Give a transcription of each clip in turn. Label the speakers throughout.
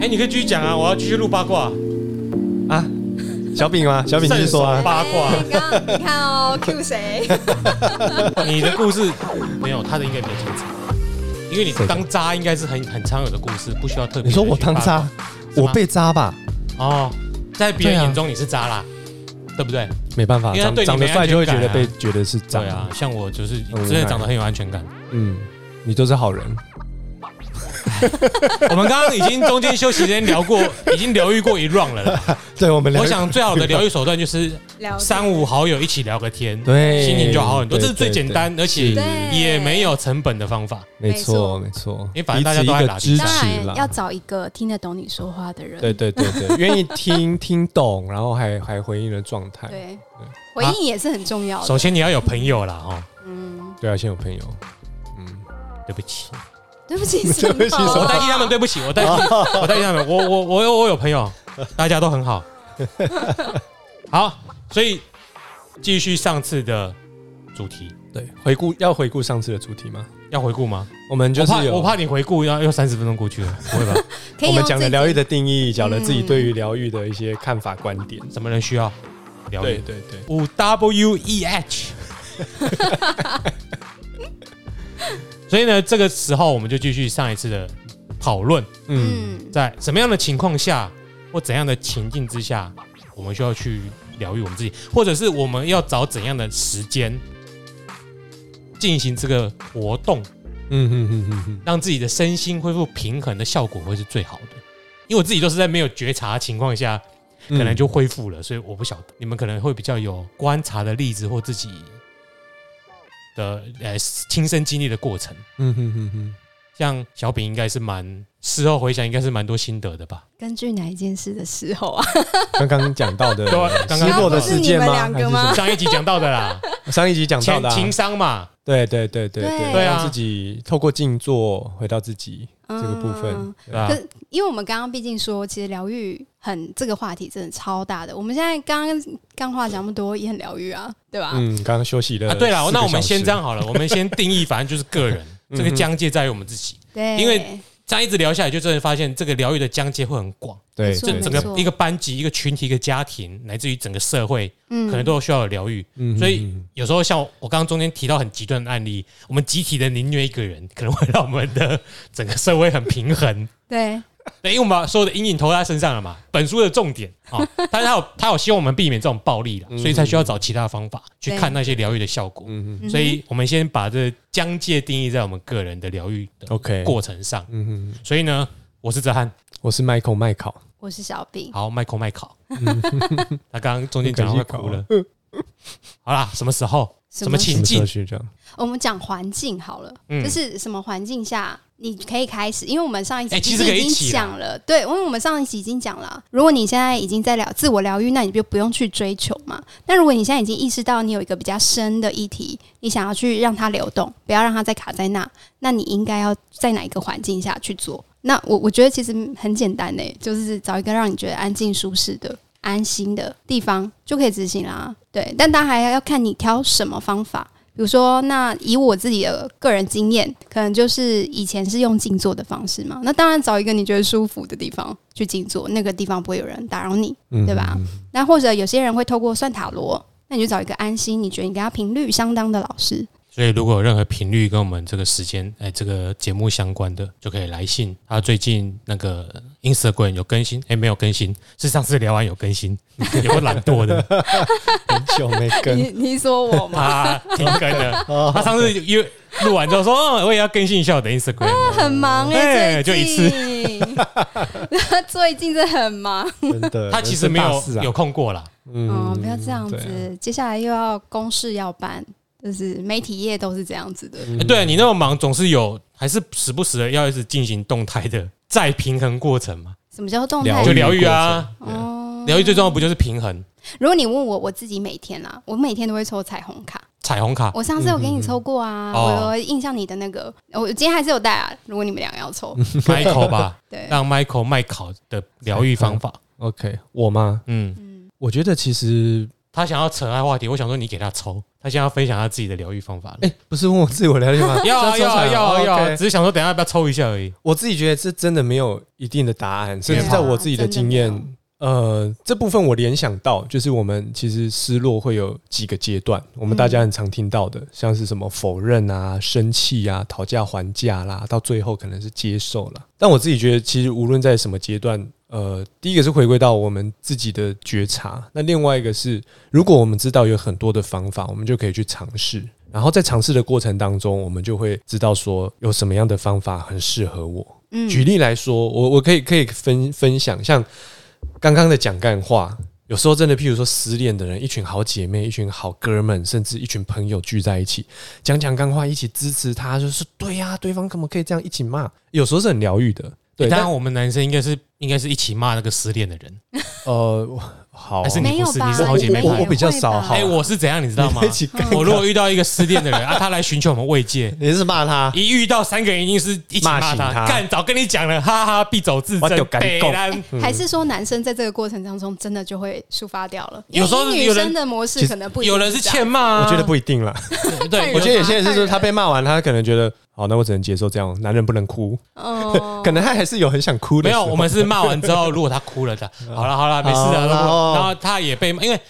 Speaker 1: 哎，你可以继续讲啊，我要继续录八卦。
Speaker 2: 啊，小饼 吗？小饼继续说啊
Speaker 1: 上手。八卦
Speaker 3: 哎刚刚你看哦，Q 谁？
Speaker 1: 啊 你的故事没有他的应该比较精彩，因为你当渣应该是很很常有的故事，不需要特别。
Speaker 2: 你说我当 渣，
Speaker 1: 是吗
Speaker 2: 我被渣吧？
Speaker 1: 哦，在别人
Speaker 2: 对啊
Speaker 1: 眼中你是渣啦，
Speaker 2: 啊
Speaker 1: 对不对？
Speaker 2: 没办法，
Speaker 1: 因为他
Speaker 2: 长
Speaker 1: 对你
Speaker 2: 长得
Speaker 1: 没
Speaker 2: 帅就会觉得
Speaker 1: 安全
Speaker 2: 被
Speaker 1: 感
Speaker 2: 觉得是渣
Speaker 1: 对。啊，像我就是
Speaker 2: 很无奈
Speaker 1: 真的长得很有安全感。
Speaker 2: 嗯，你都是好人。
Speaker 1: 我们刚刚已经中间休息时间聊 过，已经疗愈过一 round 了啦。
Speaker 2: 对我们聊，
Speaker 1: 我想最好的疗愈手段就是
Speaker 3: 聊
Speaker 1: 三五好友一起聊个天，
Speaker 2: 对
Speaker 1: 心情就好很多，
Speaker 2: 对
Speaker 1: 这是最
Speaker 2: 对
Speaker 1: 简单而且
Speaker 2: 是
Speaker 3: 对
Speaker 1: 也没有成本的方法。
Speaker 2: 没错没
Speaker 3: 没
Speaker 2: 错，
Speaker 1: 因为反正大家都爱打
Speaker 2: 彼此一
Speaker 1: 比
Speaker 2: 个
Speaker 1: 赛
Speaker 2: 支
Speaker 3: 当
Speaker 2: 持
Speaker 3: 然要
Speaker 2: 啦。
Speaker 3: 找一个听得懂你说话的人，
Speaker 2: 对对对 对，愿意听听懂，然后还还回应的状态。
Speaker 3: 对，回应也是很重要
Speaker 1: 首
Speaker 3: 的。
Speaker 1: 先你要有朋友啦，哦，
Speaker 3: 嗯，
Speaker 2: 对啊，先有朋友。嗯，
Speaker 1: 对不起，
Speaker 3: 对不起，什么
Speaker 2: 对不起什
Speaker 1: 我
Speaker 2: 么
Speaker 1: 代替他们，对不起，我代替，
Speaker 2: 哦
Speaker 1: 我代替他们，我我我有我有朋友，大家都很好，好，所以继续上次的主题，
Speaker 2: 对，回顾要回顾上次的主题吗？
Speaker 1: 要回顾吗？
Speaker 2: 我们就是
Speaker 1: 我怕
Speaker 2: 有
Speaker 1: 我怕你回顾要又三十分钟过去了，不会 吧？
Speaker 3: 可
Speaker 2: 我
Speaker 3: 以哦用
Speaker 2: 们讲
Speaker 3: 自
Speaker 2: 了
Speaker 3: 己
Speaker 2: 疗愈的定义，讲了自己
Speaker 3: 嗯
Speaker 2: 对于疗愈的一些看法观点。
Speaker 1: 什么人需要疗
Speaker 2: 对
Speaker 1: 愈？
Speaker 2: 对对，
Speaker 1: 五 W E H。所以呢，这个时候我们就继续上一次的讨论，
Speaker 2: 嗯，
Speaker 3: 嗯，
Speaker 1: 在什么样的情况下或怎样的情境之下，我们需要去疗愈我们自己，或者是我们要找怎样的时间进行这个活动，
Speaker 2: 嗯嗯嗯嗯嗯，
Speaker 1: 让自己的身心恢复平衡的效果会是最好的。因为我自己都是在没有觉察的情况下，
Speaker 2: 嗯
Speaker 1: 可能就恢复了，所以我不晓得你们可能会比较有观察的例子或自己的呃亲身经历的过程。
Speaker 2: 嗯嗯嗯嗯，
Speaker 1: 像小饼应该是蛮事后回想，应该是蛮多心得的吧？
Speaker 3: 根据哪一件事的时候啊？
Speaker 2: 刚刚讲到的
Speaker 1: 对啊刚刚
Speaker 2: 失落的事件吗？
Speaker 3: 刚刚不是你们两个吗
Speaker 2: 还是
Speaker 1: 上一集讲到的 啦，
Speaker 2: 什么上一集讲到
Speaker 1: 前
Speaker 2: 的啊，
Speaker 1: 情商嘛，
Speaker 2: 对对对对对，
Speaker 3: 对
Speaker 1: 啊
Speaker 2: 让自己透过静坐回到自己这个部分
Speaker 3: 嗯。
Speaker 1: 对
Speaker 2: 对
Speaker 1: 吧
Speaker 3: 可？是因为我们刚刚毕竟说，其实疗愈很这个话题真的超大的。我们现在刚刚刚话讲那么多，也很疗愈啊，对吧？
Speaker 2: 嗯，刚刚休息了
Speaker 1: 啊，对了，
Speaker 2: 四个
Speaker 1: 那我们
Speaker 2: 小
Speaker 1: 先
Speaker 2: 时
Speaker 1: 这样，好了，我们先定义，反正就是个 人，
Speaker 2: 嗯哼
Speaker 1: 这个疆界在于我们自己。
Speaker 3: 对，
Speaker 1: 因为这样一直聊下来，就真的发现这个疗愈的疆界会很广，
Speaker 2: 对，
Speaker 3: 没错
Speaker 1: 这
Speaker 2: 对
Speaker 1: 整
Speaker 3: 没
Speaker 1: 个
Speaker 3: 错
Speaker 1: 一个班级、一个群体、一个家庭，乃至于整个社会，
Speaker 3: 嗯
Speaker 1: 可能都需要有疗愈。
Speaker 2: 嗯
Speaker 1: 所以
Speaker 2: 嗯
Speaker 1: 有时候像我刚刚中间提到很极端的案例，我们集体的凌虐一个人，可能会让我们的整个社会很平衡。
Speaker 3: 对，
Speaker 1: 对，因为我们把所有的阴影投在他身上了嘛。本书的重点啊、哦， 但是他有他有希望我们避免这种暴力了，
Speaker 2: 嗯
Speaker 1: 所以才需要找其他方法去
Speaker 3: 对
Speaker 1: 看那些疗愈的效果。
Speaker 2: 嗯嗯
Speaker 3: 嗯
Speaker 1: 所以我们先把这疆界定义在我们个人的疗愈的
Speaker 2: ，OK，
Speaker 1: 过程上。
Speaker 2: 嗯嗯，嗯
Speaker 1: 所以呢，我是哲翰，
Speaker 2: 我是 Michael 麦考，
Speaker 3: 我是小饼，
Speaker 1: 好，麦考麦 考，他刚刚中间讲到快哭了。好啦，什么时候？什么情
Speaker 2: 什么时
Speaker 1: 境
Speaker 2: 候？去这样？
Speaker 3: 我们讲环境好了，
Speaker 1: 嗯
Speaker 3: 就是什么环境下你可以开始，因为我们上一集
Speaker 1: 哎其实可以
Speaker 3: 已
Speaker 1: 一起
Speaker 3: 经
Speaker 1: 啦
Speaker 3: 讲了，对，因为我们上一集已经讲了，啊如果你现在已经在疗自我疗愈，那你就不用去追求嘛。那如果你现在已经意识到你有一个比较深的议题，你想要去让它流动，不要让它再卡在那，那你应该要在哪一个环境下去做？那我我觉得其实很简单呢、就是找一个让你觉得安静舒适的。安心的地方就可以执行啦，对，但大家还要看你挑什么方法。比如说，那以我自己的个人经验，可能就是以前是用静坐的方式嘛。那当然找一个你觉得舒服的地方去静坐，那个地方不会有人打扰你。
Speaker 2: 嗯
Speaker 3: 对吧？那或者有些人会透过算塔罗，那你就找一个安心，你觉得你跟他频率相当的老师。
Speaker 1: 所以如果有任何频率跟我们这个时间，哎，这个节目相关的，就可以来信。他最近那个 Instagram 有更新，哎，没有更新，是上次聊完有更新， 有个懒惰的，
Speaker 2: 很久没 跟，
Speaker 3: 你说我吗？
Speaker 1: 他停更
Speaker 2: 哦
Speaker 1: 了。他上次又录完之后说，哦，我也要更新一下我的
Speaker 2: 嗯
Speaker 1: Instagram。
Speaker 3: 很忙
Speaker 1: 哎
Speaker 3: 哎、
Speaker 1: 就
Speaker 3: 最
Speaker 1: 一
Speaker 3: 近他 最近真的很忙。
Speaker 2: 真的，
Speaker 1: 他其实没
Speaker 2: 人
Speaker 1: 有
Speaker 2: 生大事啊
Speaker 1: 有空过啦，
Speaker 3: 嗯，不要这样
Speaker 2: 对啊
Speaker 3: 子，接下来又要公事要办，就是媒体业都是这样子的。
Speaker 2: 嗯
Speaker 1: 哎对你那么忙，总是有，还是时不时的要一直进行动态的再平衡过程嘛，
Speaker 3: 什么叫做动
Speaker 2: 疗
Speaker 3: 态
Speaker 1: 就
Speaker 2: 嗯愈？
Speaker 1: 疗愈啊，
Speaker 3: 哦
Speaker 2: 嗯
Speaker 1: 疗愈最重要不就是平衡？
Speaker 3: 如果你问我我自己每天啦，我每天都会抽彩虹卡。
Speaker 1: 彩虹卡，
Speaker 2: 哦
Speaker 3: 我上次有给你抽过啊，
Speaker 1: 嗯哦
Speaker 3: 我有印象你的那个，我今天还是有带啊。如果你们两个要抽，
Speaker 1: 嗯 Michael 吧，
Speaker 3: 对，
Speaker 1: 让 Michael 麦考的疗愈方 法。
Speaker 2: OK，我吗？
Speaker 1: 嗯，
Speaker 3: 嗯，
Speaker 2: 我觉得其实
Speaker 1: 他想要扯开话题，我想说你给他抽，他他现在要分享他自己的疗愈方法了。？
Speaker 2: 哎、不是问我自我疗愈吗
Speaker 1: 要啊要
Speaker 2: 这样抽
Speaker 1: 啊
Speaker 2: 出来
Speaker 1: 要啊
Speaker 2: 哦
Speaker 1: 要啊，
Speaker 2: OK
Speaker 1: 只是想说等一下要不要抽一下而已。
Speaker 2: 我自己觉得这真的没有一定的答案，甚至在我自己的经
Speaker 3: 真的没
Speaker 2: 验，呃，这部分我联想到，就是我们其实失落会有几个阶段，我们大家很常听到的，像是什么否认啊、生气啊、讨价还价啦，到最后可能是接受啦。但我自己觉得，其实无论在什么阶段。呃，第一个是回归到我们自己的觉察，那另外一个是如果我们知道有很多的方法，我们就可以去尝试。然后在尝试的过程当中，我们就会知道说有什么样的方法很适合我。
Speaker 3: 嗯
Speaker 2: 举例来说，我我可以可以分分享，像刚刚的讲干话，有时候真的，譬如说失恋的人，一群好姐妹、一群好哥们，甚至一群朋友聚在一起，讲讲干话，一起支持他，就是对呀、对方怎么可以这样一起骂？有时候是很疗愈的。对，
Speaker 1: 当
Speaker 2: 但
Speaker 1: 然我们男生应该是应该是一起骂那个失恋的人。
Speaker 2: 呃，我好
Speaker 1: 还，是你
Speaker 3: 没有
Speaker 1: 不是
Speaker 3: 吧？
Speaker 1: 你是好姐妹
Speaker 3: 我
Speaker 1: 派
Speaker 3: 我
Speaker 2: 我比较少好啊
Speaker 1: 哎，我是怎样你知道吗
Speaker 2: 你？一起干
Speaker 1: 我如果遇到一个失恋的人啊，他来寻求我们慰藉。
Speaker 2: 你是骂他，
Speaker 1: 一遇到三个人，一定是一起骂
Speaker 2: 骂醒他
Speaker 1: 干早跟你讲了，哈哈，必走自
Speaker 2: 我就
Speaker 1: 证。
Speaker 2: 跟你
Speaker 1: 北
Speaker 2: 讲
Speaker 1: 兰
Speaker 3: 还是说男生在这个过程当中真的就会抒发掉了？因为
Speaker 1: 有时候
Speaker 3: 以
Speaker 1: 有
Speaker 3: 女
Speaker 1: 人
Speaker 3: 生的模式可能不一定
Speaker 1: 有人是
Speaker 3: 这样
Speaker 1: 欠骂啊，
Speaker 2: 我觉得不一定啦。
Speaker 1: 对，
Speaker 3: 看
Speaker 2: 我
Speaker 1: 我觉得
Speaker 2: 觉得有些人是说他被骂完，他可能觉得好，那我只能接受这样，男人不能哭，
Speaker 3: 哦，
Speaker 2: 可能他还是有很想哭的
Speaker 1: 没
Speaker 2: 时
Speaker 1: 有，
Speaker 2: 候。
Speaker 1: 我们是骂完之后，如果他哭 了的，好了好了，没事的。
Speaker 2: 嗯好
Speaker 1: 如果
Speaker 2: 好
Speaker 1: 然后他也被骂，因为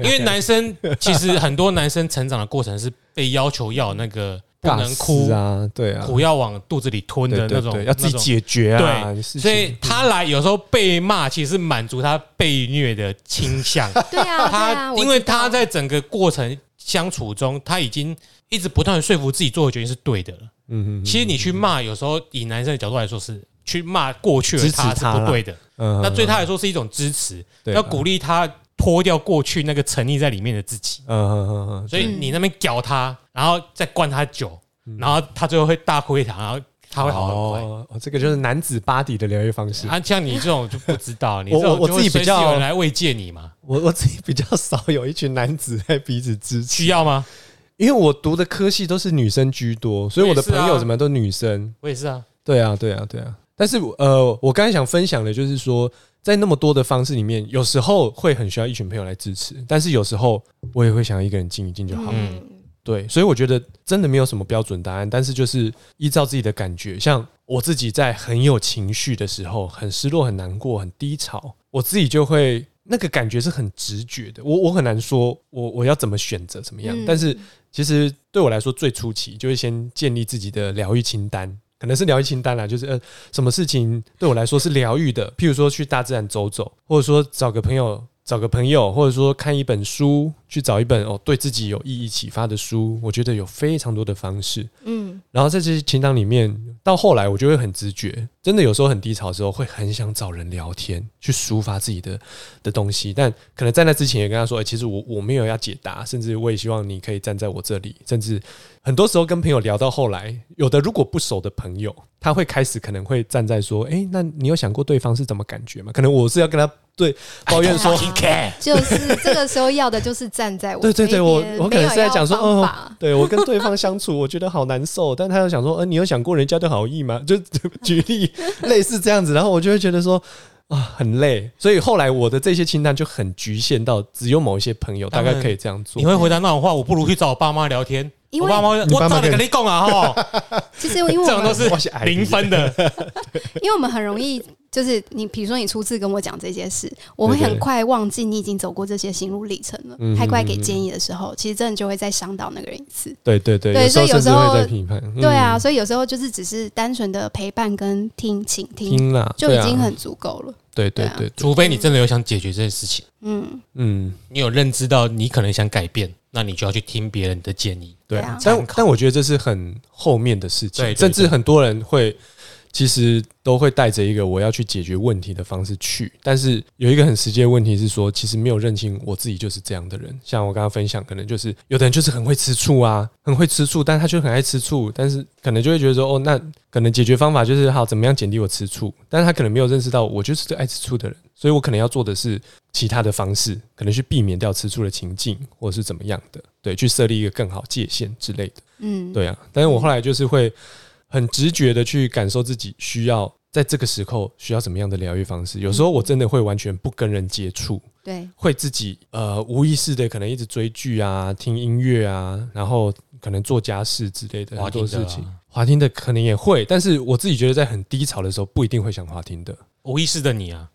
Speaker 1: 因为男生其实很多男生成长的过程是被要求要有那个不能哭，
Speaker 2: 啊，对啊，
Speaker 1: 苦要往肚子里吞
Speaker 2: 对
Speaker 1: 的那
Speaker 2: 对
Speaker 1: 种
Speaker 2: 对，，要自己解决
Speaker 1: 那
Speaker 2: 啊
Speaker 1: 种。。对，
Speaker 2: 事情
Speaker 1: 所以他来有时候被骂，其实是满足他被虐的倾 向。
Speaker 3: 对啊，对
Speaker 1: 他
Speaker 3: 啊，
Speaker 1: 因为
Speaker 3: 我知道
Speaker 1: 他在整个过程相处中，他已经一直不断的说服自己做的决定是对的了。
Speaker 2: 嗯嗯，
Speaker 1: 其实你去骂，有时候以男生的角度来说是去骂过去的
Speaker 2: 支持
Speaker 1: 他是
Speaker 2: 他
Speaker 1: 不
Speaker 2: 啦
Speaker 1: 对的。
Speaker 2: 嗯
Speaker 1: 那对他来说是一种支持，
Speaker 2: 对
Speaker 1: 要鼓励他脱掉过去那个沉溺在里面的自己。
Speaker 2: 嗯嗯嗯嗯，
Speaker 1: 所以你那边屌他，然后再灌他酒，然后他最后会大哭一场，然后他会好很快。
Speaker 2: 嗯哦，哦这个就是男子巴底的疗愈方式。
Speaker 1: 啊，像你这种就不知道，你这
Speaker 2: 我
Speaker 1: 种
Speaker 2: 我
Speaker 1: 就
Speaker 2: 我自己
Speaker 1: 会随时
Speaker 2: 比较
Speaker 1: 有人来慰藉你嘛？
Speaker 2: 我我自己比较少有一群男子在彼此支持，
Speaker 1: 需要吗？
Speaker 2: 因为我读的科系都是女生居多，所以我的
Speaker 1: 我也是
Speaker 2: 朋
Speaker 1: 啊
Speaker 2: 友怎么样都女生。
Speaker 1: 我也是啊，
Speaker 2: 对啊，对啊，对啊。但是呃，我刚才想分享的就是说，在那么多的方式里面，有时候会很需要一群朋友来支持，但是有时候我也会想要一个人静一静就好。了。
Speaker 1: 嗯
Speaker 2: 对，所以我觉得真的没有什么标准答案，但是就是依照自己的感觉，像我自己在很有情绪的时候，很失落、很难过、很低潮，我自己就会那个感觉是很直觉的。我我很难说我我要怎么选择怎么样，
Speaker 3: 嗯
Speaker 2: 但是其实对我来说最初期就会先建立自己的疗愈清单。可能是疗愈清单啦，就是呃，什么事情对我来说是疗愈的，譬如说去大自然走走，或者说找个朋友，找个朋友，或者说看一本书，去找一本哦对自己有意义启发的书，我觉得有非常多的方式。
Speaker 3: 嗯，
Speaker 2: 然后在这些清单里面，到后来我就会很直觉，真的有时候很低潮的时候，会很想找人聊天，去抒发自己的的东西。但可能在那之前也跟他说，欸、其实我我没有要解答，甚至我也希望你可以站在我这里。甚至很多时候跟朋友聊到后来，有的如果不熟的朋友，他会开始可能会站在说，诶、那你有想过对方是怎么感觉吗？可能我是要跟他对抱怨
Speaker 3: 啊
Speaker 2: 说，
Speaker 3: 就是这个时候要的就是站在我
Speaker 2: 对对对，
Speaker 3: 这
Speaker 2: 我
Speaker 3: 边
Speaker 2: 我可能是在讲说，
Speaker 3: 没有要
Speaker 2: 哦
Speaker 3: 方 法，
Speaker 2: 对我跟对方相处，我觉得好难受。但他又想说，呃，你有想过人家的好意吗？就 举例类似这样子，然后我就会觉得说。啊，很累，所以后来我的这些清单就很局限到只有某一些朋友大
Speaker 1: 当
Speaker 2: 概
Speaker 1: 然
Speaker 2: 可以这样做
Speaker 1: 你。会回答那种话，我不如去找我爸妈聊天。
Speaker 3: 因
Speaker 1: 我
Speaker 3: 为
Speaker 1: 爸妈会，
Speaker 2: 你哎
Speaker 1: 我
Speaker 2: 爸妈
Speaker 1: 早点
Speaker 2: 跟
Speaker 1: 跟你 讲啊！哈，
Speaker 3: 其实因为
Speaker 1: 这
Speaker 3: 我
Speaker 1: 种都
Speaker 3: 们
Speaker 1: 是
Speaker 2: 我是矮人
Speaker 1: 零分的，
Speaker 3: 因为我们很容易。就是你，比如说你初次跟我讲这些事，我会
Speaker 2: 对对
Speaker 3: 很快忘记你已经走过这些心路历程了。
Speaker 2: 嗯
Speaker 3: 太快给建议的时候，其实真的就会再伤到那个人一次。
Speaker 2: 对对对，
Speaker 3: 对
Speaker 2: 有时候
Speaker 3: 所以有
Speaker 2: 甚
Speaker 3: 时
Speaker 2: 至
Speaker 3: 候
Speaker 2: 会在批判。嗯
Speaker 3: 对啊，，所以有时候就是只是单纯的陪伴跟听，倾听
Speaker 2: 听啦，
Speaker 3: 就
Speaker 2: 对
Speaker 3: 已
Speaker 2: 啊
Speaker 3: 经很足够了。
Speaker 2: 对对
Speaker 3: 对啊
Speaker 2: 对，对
Speaker 1: 除非你真的有想解决这件事情，
Speaker 3: 嗯，
Speaker 2: 嗯，
Speaker 1: 你有认知到你可能想改变，那你就要去听别人的建议。
Speaker 2: 对
Speaker 3: 对啊
Speaker 2: 但但我觉得这是很后面的事情，
Speaker 1: 对对
Speaker 2: 甚至很多人会其实都会带着一个我要去解决问题的方式去，但是有一个很实际的问题是说，其实没有认清我自己就是这样的人。像我刚刚分享，可能就是有的人就是很会吃醋啊，很会吃醋，但他就很爱吃醋，但是可能就会觉得说，哦，那可能解决方法就是好怎么样减低我吃醋，但是他可能没有认识到我就是个爱吃醋的人，所以我可能要做的是其他的方式，可能去避免掉吃醋的情境，或者是怎么样的，对，去设立一个更好界限之类的。
Speaker 3: 嗯，
Speaker 2: 对啊，但是我后来就是会很直觉的去感受自己需要在这个时候需要什么样的疗愈方式。有时候我真的会完全不跟人接触，
Speaker 3: 对，
Speaker 2: 会自己呃无意识的可能一直追剧啊、听音乐啊，然后可能做家事之类的
Speaker 1: 滑
Speaker 2: 很
Speaker 1: 听
Speaker 2: 多
Speaker 1: 的啊
Speaker 2: 事情。滑听的可能也会，但是我自己觉得在很低潮的时候不一定会想滑听的。
Speaker 1: 无意识的你啊，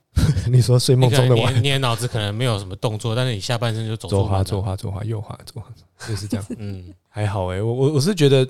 Speaker 2: 你说睡梦
Speaker 1: 你可
Speaker 2: 中
Speaker 1: 能
Speaker 2: 的
Speaker 1: 你
Speaker 2: 我
Speaker 1: 的你的脑子可能没有什么动作，但是你下半身就走
Speaker 2: 左滑
Speaker 1: 滑
Speaker 2: 左，滑左滑右滑左滑，就是这样。
Speaker 1: 嗯，
Speaker 2: 还好哎、我我我是觉得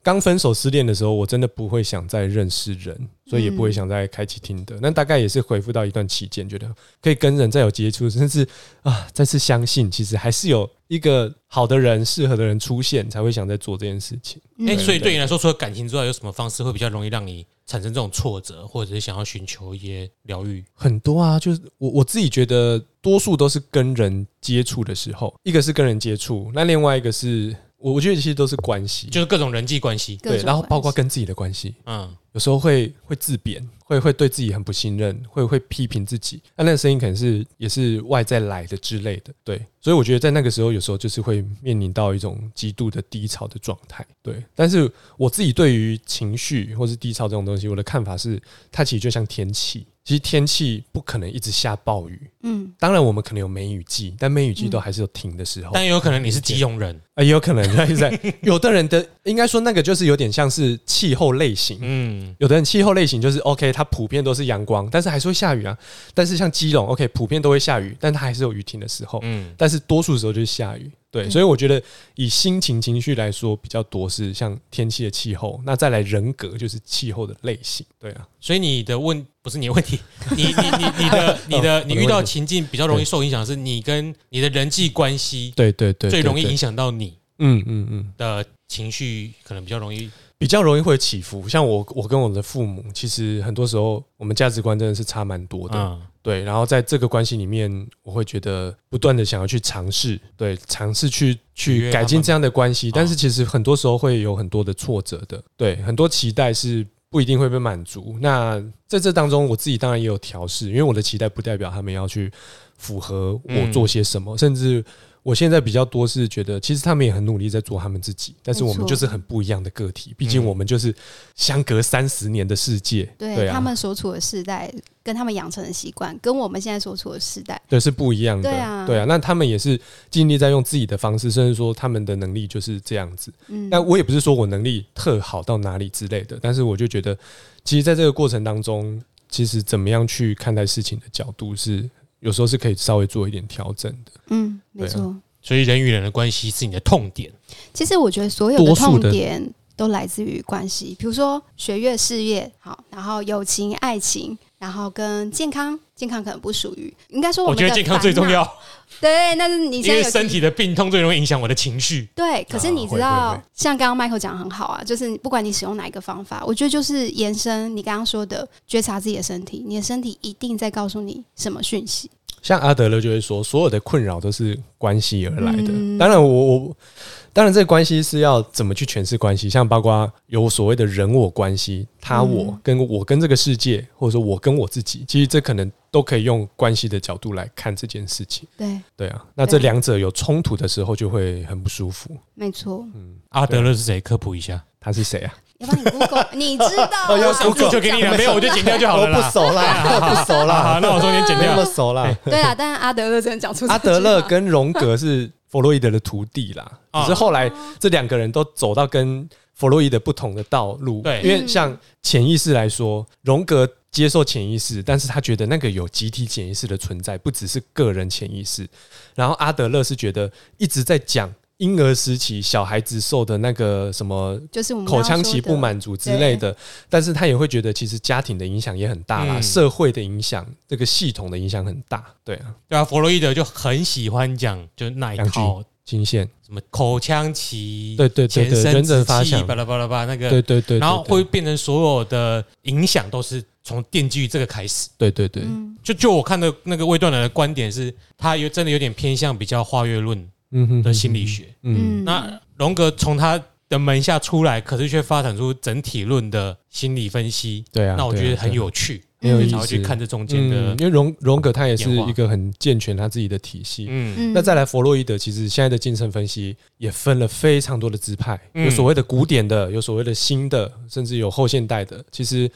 Speaker 2: 刚分手失恋的时候，我真的不会想再认识人，所以也不
Speaker 3: 嗯
Speaker 2: 会想再开启听的。那、大概也是回复到一段期间，觉得可以跟人再有接触，甚至啊再次相信，其实还是有一个好的人、适合的人出现，才会想再做这件事情。
Speaker 1: 哎、
Speaker 3: 嗯
Speaker 1: 所以对你来说，除了感情之外，有什么方式会比较容易让你产生这种挫折，或者是想要寻求一些疗愈？
Speaker 2: 很多啊，就是我我自己觉得，多数都是跟人接触的时候，一个是跟人接触，那另外一个是我我觉得其实都是关系，
Speaker 1: 就是各种人际关系，
Speaker 3: 各
Speaker 2: 对，
Speaker 3: 种
Speaker 2: 然后包括
Speaker 3: 关系
Speaker 2: 跟自己的关系，
Speaker 1: 嗯，
Speaker 2: 有时候会会自贬，会会对自己很不信任，会会批评自己。那那个声音可能是也是外在来的之类的，对。所以我觉得在那个时候，有时候就是会面临到一种极度的低潮的状态，对。但是我自己对于情绪或是低潮这种东西，我的看法是，它其实就像天气，其实天气不可能一直下暴雨。
Speaker 3: 嗯，
Speaker 2: 当然，我们可能有梅雨季，但梅雨季都还是有停的时候。
Speaker 1: 但也有可能你是基隆人，
Speaker 2: 啊，也有可能 就是在有的人的，应该说那个就是有点像是气候类型，
Speaker 1: 嗯，
Speaker 2: 有的人气候类型就是 OK，它普遍都是阳光，但是还是会下雨啊。但是像基隆 OK，普遍都会下雨，但它还是有雨停的时候，
Speaker 1: 嗯，
Speaker 2: 但是多数时候就是下雨。对，
Speaker 3: 嗯
Speaker 2: 所以我觉得以心情情绪来说比较多是像天气的气候，那再来人格就是气候的类型。对啊，
Speaker 1: 所以你的问不是你的问题，你你你你的你哦的你遇到情境比较容易受影响，是你跟你的人际关系
Speaker 2: 对对对
Speaker 1: 最容易影
Speaker 2: 响。
Speaker 1: 响到你
Speaker 2: 嗯嗯嗯，
Speaker 1: 的情绪，可能比较容易，
Speaker 2: 比较容易会起伏。像我，我跟我的父母，其实很多时候我们价值观真的是差蛮多的。
Speaker 1: 嗯，
Speaker 2: 对，然后在这个关系里面，我会觉得不断的想要去尝试，对，尝试去
Speaker 1: 取悦他们
Speaker 2: 去改进这样的关系，
Speaker 1: 啊
Speaker 2: 但是其实很多时候会有很多的挫折的，对，很多期待是不一定会被满足。那在这当中，我自己当然也有调试，因为我的期待不代表他们要去符合我
Speaker 1: 嗯
Speaker 2: 做些什么，甚至。我现在比较多是觉得，其实他们也很努力在做他们自己，但是
Speaker 3: 没
Speaker 2: 我们
Speaker 3: 错
Speaker 2: 就是很不一样的个体，毕竟
Speaker 1: 嗯
Speaker 2: 我们就是相隔三十年的世界，
Speaker 3: 对
Speaker 2: 对啊
Speaker 3: 他们所处的世代，跟他们养成的习惯，跟我们现在所处的世代，
Speaker 2: 对，是不一样的。
Speaker 3: 对啊
Speaker 2: 那他们也是尽力在用自己的方式，甚至说他们的能力就是这样子。
Speaker 3: 嗯，
Speaker 2: 那我也不是说我能力特好到哪里之类的，但是我就觉得，其实在这个过程当中，其实怎么样去看待事情的角度是。有时候是可以稍微做一点调整的，
Speaker 3: 嗯，没
Speaker 2: 对啊
Speaker 3: 错。
Speaker 1: 所以人与人的关系是你的痛点，
Speaker 3: 其实我觉得所有的
Speaker 2: 多数
Speaker 3: 痛
Speaker 2: 的
Speaker 3: 点都来自于关系，比如说学业、事业，好，然后友情、爱情，然后跟健康，健康可能不属于，应该说
Speaker 1: 我
Speaker 3: 们
Speaker 1: 觉
Speaker 3: 的
Speaker 1: 得健康最重
Speaker 3: 烦恼。
Speaker 1: 要，
Speaker 3: 对，那是你
Speaker 1: 因
Speaker 3: 现在
Speaker 1: 为
Speaker 3: 有
Speaker 1: 身体的病痛最容易影响我的情绪，
Speaker 3: 对，可是
Speaker 2: 啊
Speaker 3: 你
Speaker 2: 会
Speaker 3: 知道，
Speaker 2: 会会
Speaker 3: 像刚刚 Michael 讲得很好啊，就是不管你使用哪一个方法，我觉得就是延伸你刚刚说的，觉察自己的身体，你的身体一定在告诉你什么讯息。
Speaker 2: 像阿德勒就会说，所有的困扰都是关系而来的。
Speaker 3: 嗯
Speaker 2: 当然我，我当然这个关系是要怎么去诠释关系，像包括有所谓的人我关系，他我、
Speaker 3: 嗯
Speaker 2: 跟我跟这个世界，或者说我跟我自己，其实这可能都可以用关系的角度来看这件事情。
Speaker 3: 对，
Speaker 2: 对啊，那这
Speaker 3: 对
Speaker 2: 两者有冲突的时候，就会很不舒服。
Speaker 3: 没错。
Speaker 1: 阿德勒是谁？科普一下，
Speaker 2: 他是谁啊？
Speaker 3: 要不然你 Google，你知 道、
Speaker 2: 哦
Speaker 3: 啊，
Speaker 2: 要
Speaker 1: 想
Speaker 2: Google
Speaker 1: 住就给你了，没有我就剪掉就好了啦。
Speaker 2: 熟啦，不熟
Speaker 1: 好好，那我中间剪
Speaker 2: 啊没那么
Speaker 1: 掉。
Speaker 2: 熟啦。
Speaker 3: 对啊，但是阿德勒真的讲 出
Speaker 2: 阿
Speaker 3: 这句
Speaker 2: 德勒
Speaker 3: 话
Speaker 2: 跟荣格是弗洛伊德的徒弟啦，
Speaker 1: 啊
Speaker 2: 只是后来这两个人都走到跟弗洛伊德不同的道路。
Speaker 1: 对
Speaker 2: 因为像潜意识来说，荣格接受潜意识，但是他觉得那个有集体潜意识的存在，不只是个人潜意识。然后阿德勒是觉得一直在讲婴儿时期小孩子受的那个什么
Speaker 3: 就是我们
Speaker 2: 口
Speaker 3: 刚刚
Speaker 2: 腔
Speaker 3: 说
Speaker 2: 期
Speaker 3: 的
Speaker 2: 不满足之类的，但是他也会觉得其实家庭的影响也很大啦，
Speaker 1: 嗯
Speaker 2: 社会的影响，这个系统的影响很大。对啊，
Speaker 1: 对啊，弗洛伊德就很喜欢讲，就是那一
Speaker 2: 两句
Speaker 1: 套
Speaker 2: 金线。
Speaker 1: 什么口腔期，
Speaker 2: 对对对
Speaker 1: 前
Speaker 2: 对，
Speaker 1: 生
Speaker 2: 人
Speaker 1: 殖
Speaker 2: 者发
Speaker 1: 器
Speaker 2: 想，
Speaker 1: 巴拉巴拉巴拉那个，
Speaker 2: 对对对，
Speaker 1: 然后
Speaker 2: 对
Speaker 1: 会变成所有的影响都是从电击于这个开始。
Speaker 2: 对对对，
Speaker 3: 嗯
Speaker 1: 就就我看的那个魏段南的观点是，他有真的有点偏向比较化约论
Speaker 2: 嗯哼
Speaker 1: 的心理，学。
Speaker 2: 嗯，
Speaker 1: 那荣格从他的门下出来，可是却发展出整体论的心理分析，
Speaker 2: 对啊，
Speaker 1: 那我觉
Speaker 2: 对
Speaker 1: 得
Speaker 2: 啊
Speaker 1: 很有趣，
Speaker 2: 很有
Speaker 1: 我
Speaker 2: 意
Speaker 1: 才
Speaker 2: 思
Speaker 1: 会去看这中间
Speaker 2: 嗯
Speaker 1: 的，
Speaker 2: 因为荣荣格他也是
Speaker 1: 演化
Speaker 2: 一个很健全他自己的体系。
Speaker 1: 嗯
Speaker 3: 嗯
Speaker 2: 那再来，弗洛伊德其实现在的精神分析也分了非常多的支派，
Speaker 1: 嗯
Speaker 2: 有所谓的古典的，有所谓的新的，甚至有后现代的。其实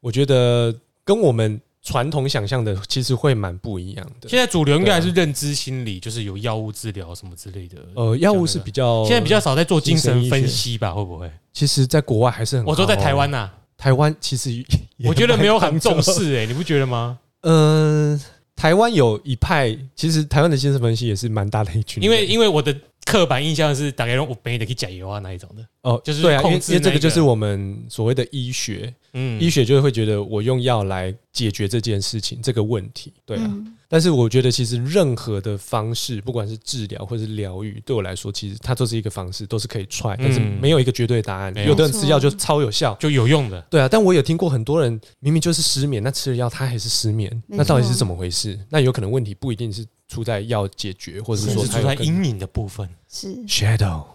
Speaker 2: 我觉得跟我们传统想象的其实会蛮不一样的。
Speaker 1: 现在主流应该还是认知心理，就是有药物治疗什么之类的。
Speaker 2: 呃，药物是比较
Speaker 1: 现在比较，少在做精
Speaker 2: 精神
Speaker 1: 神
Speaker 2: 医
Speaker 1: 分
Speaker 2: 学
Speaker 1: 析吧？会不会？
Speaker 2: 其实在国外还是很。哦
Speaker 1: 我说在台湾，呐、
Speaker 2: 台湾其实也
Speaker 1: 我觉得没有很重。
Speaker 2: 也蛮
Speaker 1: 视哎、 你不觉得吗？
Speaker 2: 嗯、台湾有一派，其实台湾的精神分析也是蛮大的一群人，
Speaker 1: 因为因为我的刻板印象是打开让我背的去加油啊那一种的。
Speaker 2: 哦，
Speaker 1: 就是
Speaker 2: 对啊，因
Speaker 1: 控
Speaker 2: 为
Speaker 1: 制
Speaker 2: 因为这
Speaker 1: 那
Speaker 2: 个就
Speaker 1: 个
Speaker 2: 是我们所谓的医学，
Speaker 1: 嗯
Speaker 2: 医学就会觉得我用药来解决这件事情这个问题，对啊。
Speaker 3: 嗯
Speaker 2: 但是我觉得其实任何的方式，不管是治疗或是疗愈，对我来说，其实它都是一个方式，都是可以 try，但是
Speaker 1: 嗯
Speaker 2: 没有一个绝对答案。
Speaker 1: 没有
Speaker 2: 有的人吃药就超有效。
Speaker 1: 就有用的。
Speaker 2: 对啊，但我有听过很多人明明就是失眠，那吃了药他还是失眠，
Speaker 3: 没
Speaker 2: 那到底是
Speaker 3: 错
Speaker 2: 怎么回事？那有可能问题不一定是出在药解决，或者
Speaker 1: 甚
Speaker 2: 是说
Speaker 1: 至
Speaker 2: 它
Speaker 1: 出
Speaker 2: 有
Speaker 1: 在
Speaker 2: 更
Speaker 1: 阴影的部 分，
Speaker 3: 是
Speaker 2: shadow，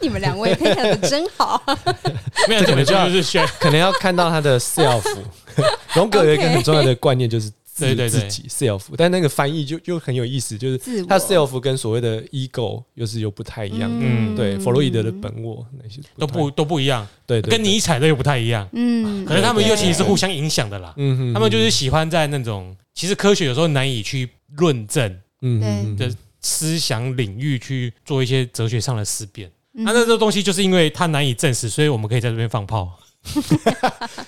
Speaker 3: 你们两位配合的真好，
Speaker 1: 没有怎么就是选
Speaker 2: 可能要看到他的 self。荣格有一个
Speaker 3: OK
Speaker 2: 很重要的观念就是自
Speaker 1: 对对对
Speaker 2: 自己 self，但那个翻译就就很有意思，就是
Speaker 3: 自我
Speaker 2: 他 self 跟所谓的 ego 又是又不太一样的。
Speaker 1: 嗯
Speaker 2: 对，弗洛伊德的本我
Speaker 3: 嗯
Speaker 2: 那些
Speaker 1: 都
Speaker 2: 太
Speaker 1: 不都不一样，
Speaker 2: 对，对
Speaker 1: 跟尼采的又不太一样。
Speaker 3: 嗯，
Speaker 1: 可能他们
Speaker 3: 对
Speaker 1: 尤其是互相影响的啦
Speaker 2: 对。嗯哼
Speaker 1: 他们就是喜欢在那种其实科学有时候难以去论证
Speaker 2: 嗯
Speaker 3: 对
Speaker 2: 嗯
Speaker 1: 的思想领域去做一些哲学上的思辨。啊
Speaker 3: 嗯
Speaker 1: 那那这东西就是因为它难以证实，所以我们可以在这边放炮。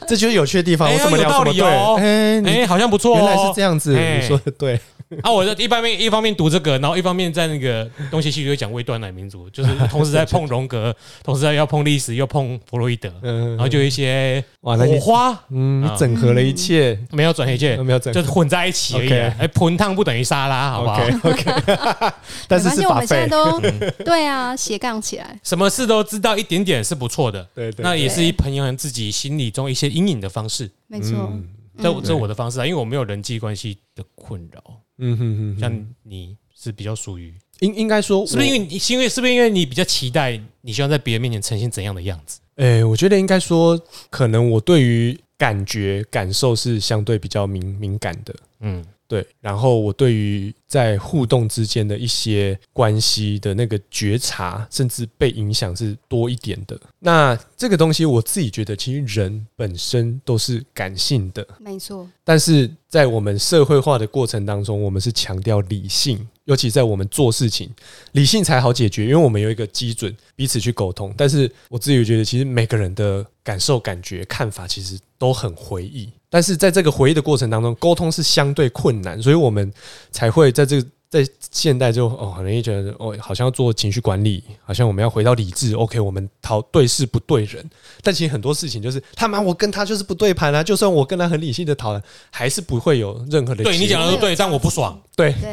Speaker 2: 这就是有趣的地方。
Speaker 1: 哎
Speaker 2: 我怎么聊
Speaker 1: 有道
Speaker 2: 怎么
Speaker 1: 理
Speaker 2: 对？
Speaker 1: 哦
Speaker 2: 哎，你
Speaker 1: 哎，好像不错哦。
Speaker 2: 原来是这样子，
Speaker 1: 哎
Speaker 2: 你说的对。
Speaker 1: 啊！我就一方面一方面读这个，然后一方面在那个东邪西毒又讲微断奶民族， 就是同时在碰荣格，同时在要碰历史，又碰弗洛伊德，
Speaker 2: 嗯，
Speaker 1: 然后就有一些
Speaker 2: 哇，那
Speaker 1: 火
Speaker 2: 你
Speaker 1: 花
Speaker 2: 嗯，
Speaker 1: 啊
Speaker 2: 你整合了一切，
Speaker 1: 没有转黑界
Speaker 2: 有，没有整
Speaker 1: 就
Speaker 2: 合
Speaker 1: 是混在一起而已
Speaker 2: 嗯 OK
Speaker 1: 啊。哎，盆汤不等于沙拉，好不好？
Speaker 2: ？OK OK，但 是
Speaker 3: 没关
Speaker 2: 是
Speaker 3: 系我
Speaker 2: 把
Speaker 3: 们现
Speaker 2: 费，
Speaker 3: 在
Speaker 2: 嗯
Speaker 3: 都对啊，斜杠起来，
Speaker 1: 什么事都知道一点点是不错的，
Speaker 2: 对对，
Speaker 1: 那也
Speaker 3: 对
Speaker 1: 是一朋友自己心里中一些阴影的方式。
Speaker 3: 没错，
Speaker 2: 嗯
Speaker 1: 这
Speaker 3: 嗯
Speaker 1: 这我的方式啊，因为我没有人际关系的困扰，
Speaker 2: 嗯哼哼哼，
Speaker 1: 像你是比较属于，
Speaker 2: 应应该说，
Speaker 1: 是不是因为你是因为是不是因为你比较期待你希望在别人面前呈现怎样的样子？
Speaker 2: 诶、我觉得应该说，可能我对于感觉、感受是相对比较敏敏感的，
Speaker 1: 嗯，
Speaker 2: 对。然后我对于在互动之间的一些关系的那个觉察，甚至被影响是多一点的。那这个东西，我自己觉得，其实人本身都是感性的，
Speaker 3: 没错，
Speaker 2: 但是在我们社会化的过程当中，我们是强调理性，尤其在我们做事情，理性才好解决，因为我们有一个基准，彼此去沟通。但是我自己觉得，其实每个人的感受、感觉、看法，其实都很回忆。但是在这个回忆的过程当中，沟通是相对困难，所以我们才会在这个。在现代就哦，很容易觉得哦，好像要做情绪管理，好像我们要回到理智。OK，我们讨对事不对人，但其实很多事情就是他妈我跟他就是不对盘啊，就算我跟他很理性的讨论，还是不会有任何的
Speaker 1: 对
Speaker 2: 结
Speaker 1: 你讲的
Speaker 2: 果
Speaker 1: 都对，但我不爽。
Speaker 2: 对
Speaker 3: 对，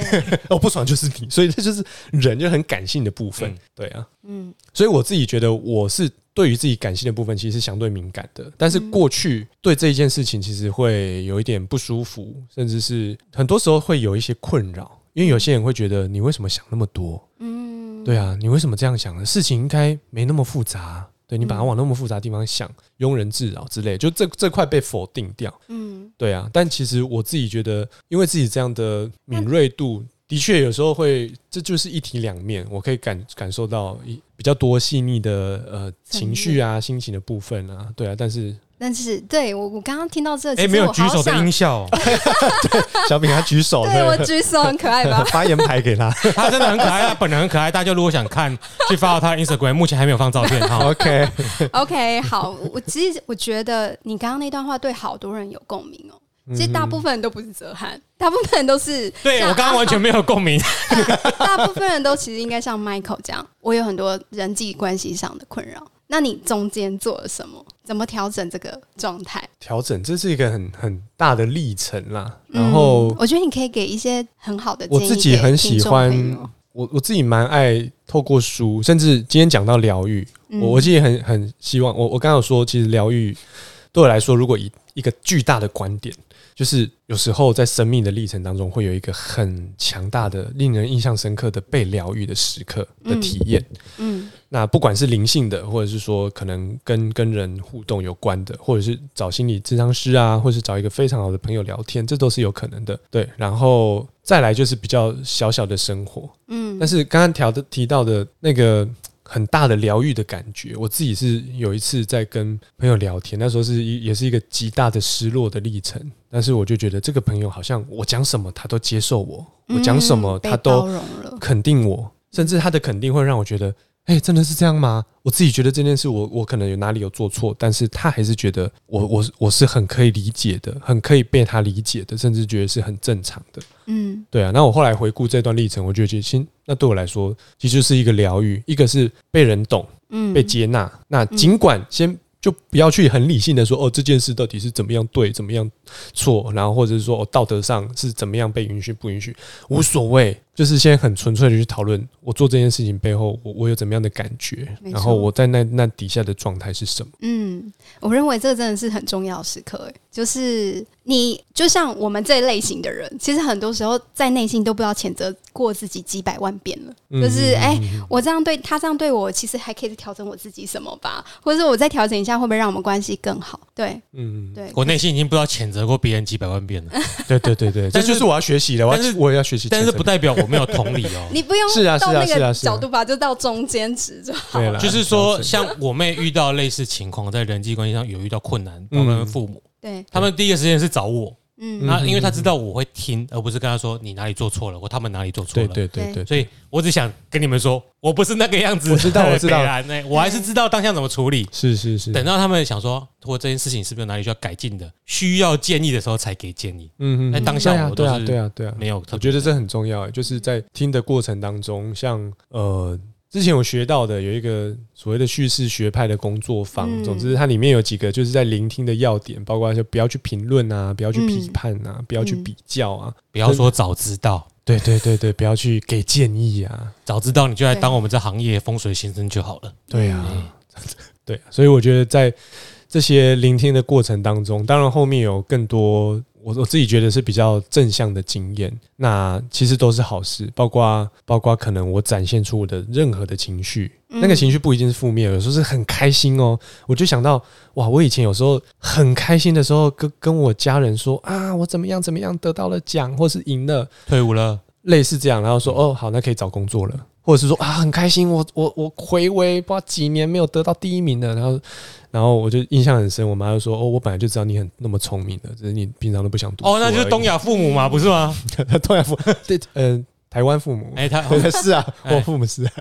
Speaker 2: 哦不爽就是你，所以这就是人就很感性的部分，
Speaker 1: 嗯
Speaker 2: 对啊，
Speaker 3: 嗯，
Speaker 2: 所以我自己觉得我是对于自己感性的部分其实是相对敏感的，但是
Speaker 3: 嗯
Speaker 2: 过去对这一件事情其实会有一点不舒服，甚至是很多时候会有一些困扰，因为有些人会觉得你为什么想那么多？
Speaker 3: 嗯，
Speaker 2: 对啊，你为什么这样想呢？事情应该没那么复杂啊、对你把它
Speaker 3: 嗯
Speaker 2: 往那么复杂的地方想，庸人自扰之类，就这这块被否定掉。
Speaker 3: 嗯，
Speaker 2: 对啊，但其实我自己觉得，因为自己这样的敏锐度，的确有时候会，这就是一体两面。我可以感感受到一比较多细腻的呃
Speaker 3: 层
Speaker 2: 情绪啊、心情的部分啊，对啊。但是
Speaker 3: 但是对我我刚刚听到这，
Speaker 1: 哎，
Speaker 3: 其
Speaker 1: 没
Speaker 3: 实
Speaker 1: 有
Speaker 3: 我
Speaker 1: 举
Speaker 3: 好
Speaker 1: 手的
Speaker 3: 想
Speaker 1: 音，效哦，
Speaker 2: 小饼他举 手？
Speaker 3: 对我举手很可爱吧
Speaker 2: 发言牌给 他。
Speaker 1: 他真的很可爱，他本人很可爱。大家如果想看，去 follow 他的 Instagram，目前还没有放照片哈。
Speaker 2: OK，
Speaker 3: OK，好，我其实我觉得你刚刚那段话对好多人有共鸣哦。
Speaker 2: 嗯
Speaker 3: 其实大部分人都不是泽汉，大部分人都是
Speaker 1: 对
Speaker 3: 像
Speaker 1: 我刚刚完全没有共鸣，
Speaker 3: 大部分人都其实应该像 Michael 这样，我有很多人际关系上的困扰。那你中间做了什么？怎么调整这个状态？
Speaker 2: 调整这是一个很很大的历程啦。然后、
Speaker 3: 嗯我觉得你可以给一些很好的建
Speaker 2: 我
Speaker 3: 议
Speaker 2: 自己很喜欢
Speaker 3: 给听众朋友
Speaker 2: 我我自己蛮爱透过书，甚至今天讲到疗愈，
Speaker 3: 嗯
Speaker 2: 我我自己很很希望，我我刚刚有说，其实疗愈对我来说，如果一一个巨大的观点，就是有时候在生命的历程当中，会有一个很强大的、令人印象深刻的被疗愈的时刻的体验。
Speaker 3: 嗯
Speaker 2: 那不管是灵性的，或者是说可能跟跟人互动有关的，或者是找心理咨商师啊，或是找一个非常好的朋友聊天，这都是有可能的。对，然后再来就是比较小小的生活，
Speaker 3: 嗯，
Speaker 2: 但是刚刚调的提到的那个很大的疗愈的感觉。我自己是有一次在跟朋友聊天，那时候是一也是一个极大的失落的历程，但是我就觉得这个朋友好像我讲什么他都接受我，我讲什么
Speaker 3: 嗯
Speaker 2: 他
Speaker 3: 被
Speaker 2: 都
Speaker 3: 包容了，
Speaker 2: 肯定我，甚至他的肯定会让我觉得，哎、真的是这样吗？我自己觉得这件事我，我可能有哪里有做错，但是他还是觉得我我我是很可以理解的，很可以被他理解的，甚至觉得是很正常的。
Speaker 3: 嗯
Speaker 2: 对啊，那我后来回顾这段历程，我就觉得，其实那对我来说，其实就是一个疗愈，一个是被人懂、
Speaker 3: 嗯，
Speaker 2: 被接纳。那尽管先。就不要去很理性的说哦，这件事到底是怎么样对，怎么样错，然后或者是说、哦、道德上是怎么样被允许不允许，
Speaker 3: 嗯
Speaker 2: 无所谓，就是先很纯粹的去讨论我做这件事情背后我我有怎么样的感觉，
Speaker 3: 没错
Speaker 2: 然后我在那那底下的状态是什么。
Speaker 3: 嗯，我认为这真的是很重要的时刻，欸就是你就像我们这一类型的人，其实很多时候在内心都不知道谴责过自己几百万遍了。
Speaker 2: 嗯
Speaker 3: 就是哎、我这样对他这样对我，其实还可以调整我自己什么吧，或者是我再调整一下，会不会让我们关系更好？对
Speaker 2: 嗯，
Speaker 3: 对，
Speaker 1: 我内心已经不知道谴责过别人几百万遍了，
Speaker 2: 对对 对对，这
Speaker 1: 但是
Speaker 2: 就是我要学习的，我
Speaker 1: 但
Speaker 2: 要
Speaker 1: 是
Speaker 2: 我也要学习，
Speaker 1: 但是不代表我没有同理哦。
Speaker 3: 你不用
Speaker 2: 是啊
Speaker 3: 到
Speaker 2: 是啊
Speaker 3: 那
Speaker 2: 是啊
Speaker 3: 个
Speaker 2: 是啊
Speaker 3: 角度吧，就到中间值就好
Speaker 2: 对啦
Speaker 3: 了。
Speaker 1: 就是说，
Speaker 2: 是
Speaker 1: 像我妹遇到类似情况，在人际关系上有遇到困难，包括
Speaker 2: 嗯
Speaker 1: 父母，
Speaker 3: 对，
Speaker 1: 他们第一个时间是找我，
Speaker 3: 嗯
Speaker 1: 那因为他知道我会听，而不是跟他说你哪里做错了或他们哪里做错
Speaker 2: 对
Speaker 1: 了。
Speaker 2: 对对对，
Speaker 1: 所以我只想跟你们说，我不是那个样子。
Speaker 2: 我知道我知道
Speaker 1: 北兰欸我还是知道当下怎么处理。
Speaker 2: 是是是，
Speaker 1: 等到他们想说，或这件事情是不是有哪里需要改进的，需要建议的时候才给建议，
Speaker 2: 嗯
Speaker 1: 那哎当下
Speaker 2: 对啊
Speaker 1: 我都
Speaker 2: 对啊
Speaker 1: 是
Speaker 2: 对啊对啊，
Speaker 1: 没有特别的。
Speaker 2: 我觉得这很重要欸，就是在听的过程当中，像呃。之前我学到的有一个所谓的叙事学派的工作坊，
Speaker 3: 嗯
Speaker 2: 总之它里面有几个就是在聆听的要点，包括就不要去评论啊，不要去批
Speaker 3: 嗯
Speaker 2: 判啊，不要去
Speaker 3: 嗯
Speaker 2: 比较啊，
Speaker 1: 不要说早知道，
Speaker 2: 对对对对，不要去给建议啊，
Speaker 1: 早知道你就来
Speaker 3: 对
Speaker 1: 当我们这行业风水先生就好了。
Speaker 2: 对
Speaker 1: 嗯
Speaker 2: 啊， 对啊，所以我觉得在这些聆听的过程当中，当然后面有更多我我自己觉得是比较正向的经验，那其实都是好事，包括包括可能我展现出我的任何的情绪，
Speaker 3: 嗯
Speaker 2: 那个情绪不一定是负面，有时候是很开心哦。我就想到，哇，我以前有时候很开心的时候，跟跟我家人说啊，我怎么样怎么样得到了奖，或是赢了，
Speaker 1: 退伍了，嗯
Speaker 2: 类似这样，然后说哦好，那可以找工作了，或者是说啊很开心，我我我回味不知道几年没有得到第一名了，然后然后我就印象很深，我妈就说哦我本来就知道你很那么聪明的，只是你平常都不想读书
Speaker 1: 哦，那就是东亚父母嘛，不是吗？
Speaker 2: 而已 东亚父 对嗯、台湾父母、
Speaker 1: 哎，他
Speaker 2: 是啊，
Speaker 1: 哎
Speaker 2: 我父母是、啊、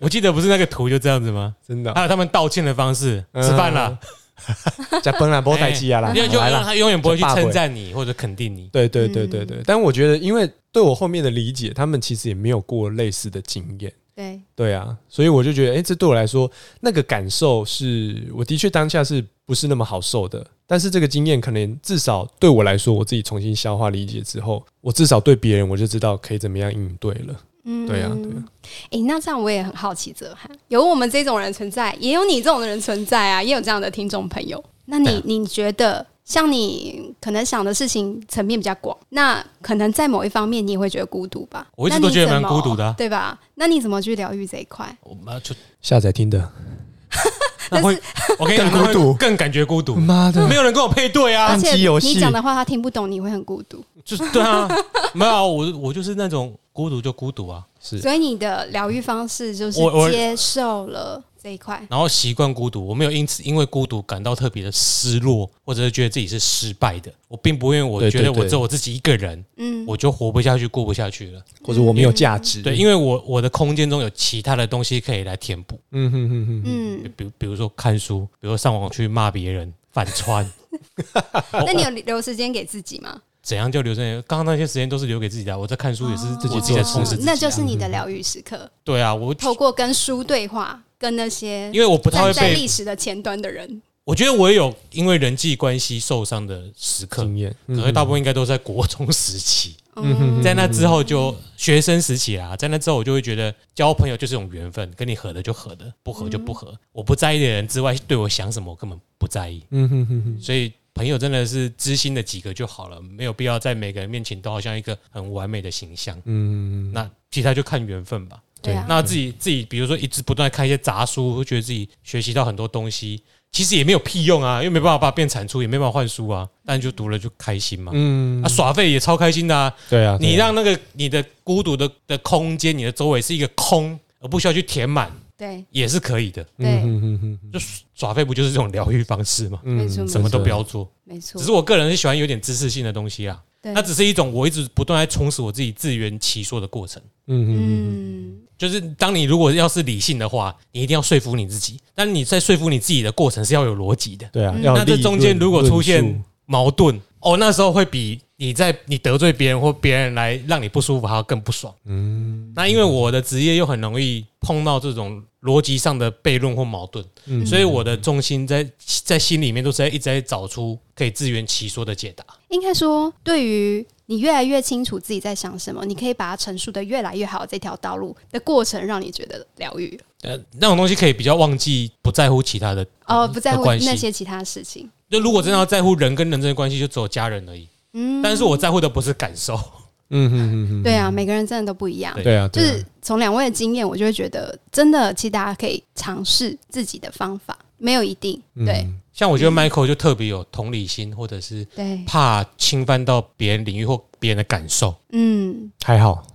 Speaker 1: 我记得不是那个图就这样子 吗？
Speaker 2: 真的
Speaker 1: 还有他们道歉的方式，吃饭了，
Speaker 2: 嗯
Speaker 1: 哎
Speaker 2: 加崩了波代基啊啦，
Speaker 1: 因为就
Speaker 2: 来啦。
Speaker 1: 他永远不会去称赞你或者肯定你。
Speaker 2: 对对对对对，但我觉得，因为对我后面的理解，他们其实也没有过类似的经验。
Speaker 3: 对，
Speaker 2: 对啊，所以我就觉得，哎、这对我来说，那个感受是，我的确当下是不是那么好受的？但是这个经验可能至少对我来说，我自己重新消化理解之后，我至少对别人我就知道可以怎么样应对了。
Speaker 3: 嗯
Speaker 2: 对啊对啊
Speaker 3: 诶，那这样我也很好奇，泽涵，有我们这种人存在，也有你这种人存在啊，也有这样的听众朋友。那你、
Speaker 1: 对啊
Speaker 3: 你觉得，像你可能想的事情层面比较广，那可能在某一方面你也会觉得孤独吧？
Speaker 1: 我一直
Speaker 3: 那
Speaker 1: 都
Speaker 3: 你
Speaker 1: 觉得
Speaker 3: 怎
Speaker 1: 蛮孤
Speaker 3: 么
Speaker 1: 独的啊
Speaker 3: 对吧？那你怎么去疗愈这一块？
Speaker 1: 我妈就
Speaker 2: 下载听的，
Speaker 1: 那会，我跟你讲，
Speaker 2: 更孤独嗯
Speaker 1: 那会更感觉孤独。
Speaker 2: 妈的
Speaker 1: 没，有人跟我配对啊
Speaker 2: 按
Speaker 3: 而，且
Speaker 2: 机游戏
Speaker 3: 你讲的话他听不懂，你会很孤独。
Speaker 1: 就是对啊，没有啊我我就是那种孤独就孤独啊，
Speaker 2: 是
Speaker 3: 所以你的疗愈方式就是
Speaker 1: 我我
Speaker 3: 接受了这一块。
Speaker 1: 然后习惯孤独，我没有因此因为孤独感到特别的失落，或者是觉得自己是失败的。我并不因为我
Speaker 2: 对
Speaker 1: 觉得
Speaker 2: 对对
Speaker 1: 我只有我自己一个人，
Speaker 3: 嗯，
Speaker 1: 我就活不下去、过不下去了。
Speaker 2: 或者我没有价值。
Speaker 1: 对，因为我我的空间中有其他的东西可以来填补，
Speaker 2: 嗯哼哼哼哼，
Speaker 3: 嗯，
Speaker 1: 比比如说看书，比如说上网去骂别人、反穿，
Speaker 3: 那你有留时间给自己吗？
Speaker 1: 怎样就留在刚刚那些时间都是留给自己的啊，我在看书也是自己
Speaker 2: 哦
Speaker 1: 自己在充实自己啊、
Speaker 3: 那就是你的疗愈时刻。
Speaker 1: 对啊，我
Speaker 3: 透过跟书对话，跟那些
Speaker 1: 因为我不太会
Speaker 3: 站在历
Speaker 1: 被，
Speaker 3: 史的前端的人，
Speaker 1: 我觉得我也有因为人际关系受伤的时刻，
Speaker 2: 经验，
Speaker 1: 可是大部分应该都在国中时期，
Speaker 2: 嗯哼
Speaker 3: 嗯，
Speaker 1: 在那之后就学生时期啦，在那之后我就会觉得交朋友就是一种缘分，跟你合的就合的，不合就不合。我不在意的人之外，对我想什么我根本不在意，
Speaker 2: 嗯哼哼哼，
Speaker 1: 所以。朋友真的是知心的几个就好了，没有必要在每个人面前都好像一个很完美的形象。
Speaker 2: 嗯，
Speaker 1: 那其他就看缘分吧。
Speaker 3: 对啊，
Speaker 1: 那自己自己，比如说一直不断地看一些杂书，会觉得自己学习到很多东西，其实也没有屁用啊，因为没办法把它变产出，也没办法换书啊。但就读了就开心嘛，
Speaker 2: 嗯
Speaker 1: 啊，耍废也超开心的啊。
Speaker 2: 对啊，
Speaker 1: 你
Speaker 2: 对啊
Speaker 1: 让那个你的孤独的的空间，你的周围是一个空，而不需要去填满，
Speaker 3: 对
Speaker 1: 也是可以的。
Speaker 3: 对
Speaker 2: 嗯哼哼哼
Speaker 1: 耍废不就是这种疗愈方式吗？
Speaker 2: 嗯
Speaker 3: 没错
Speaker 1: 什么都不要做，
Speaker 3: 没错
Speaker 1: 只，是我个人是喜欢有点知识性的东西啊。
Speaker 3: 对
Speaker 1: 那只是一种我一直不断在充实我自己自圆其说的过程。
Speaker 2: 嗯哼哼哼
Speaker 3: 嗯，
Speaker 1: 就是当你如果要是理性的话，你一定要说服你自己。但你在说服你自己的过程是要有逻辑的。
Speaker 2: 对啊，
Speaker 3: 嗯
Speaker 2: 要
Speaker 1: 那这
Speaker 2: 立
Speaker 1: 中间
Speaker 2: 论
Speaker 1: 如果出
Speaker 2: 论
Speaker 1: 现
Speaker 2: 述
Speaker 1: 矛盾，哦，那时候会比你在你得罪别人或别人来让你不舒服还要更不爽。
Speaker 2: 嗯
Speaker 1: 那因为我的职业又很容易碰到这种逻辑上的悖论或矛盾，
Speaker 2: 嗯
Speaker 1: 所以我的重心在在心里面都是在一直在找出可以自圆其说的解答。
Speaker 3: 应该说，对于你越来越清楚自己在想什么，你可以把它陈述的越来越好，这条道路的过程让你觉得疗愈，
Speaker 1: 呃，那种东西可以比较忘记，不在乎其他的。
Speaker 3: 哦，不在
Speaker 1: 的嗯
Speaker 3: 乎
Speaker 1: 关系
Speaker 3: 那些其他事情。
Speaker 1: 就如果真的要在乎人跟人之间的关系，就只有家人而已。
Speaker 3: 嗯，
Speaker 1: 但是我在乎的不是感受，
Speaker 2: 嗯哼哼哼，
Speaker 3: 对啊，每个人真的都不一样。
Speaker 1: 对
Speaker 2: 对啊，
Speaker 3: 就
Speaker 2: 对啊
Speaker 3: 是从两位的经验，我就会觉得，真的，其实大家可以尝试自己的方法，没有一定。对、
Speaker 2: 嗯
Speaker 1: 像我觉得 Michael 就特别有同理心，或者是
Speaker 3: 对，
Speaker 1: 怕侵犯到别人领域或别人的感 受。
Speaker 3: 嗯，
Speaker 2: 还 好，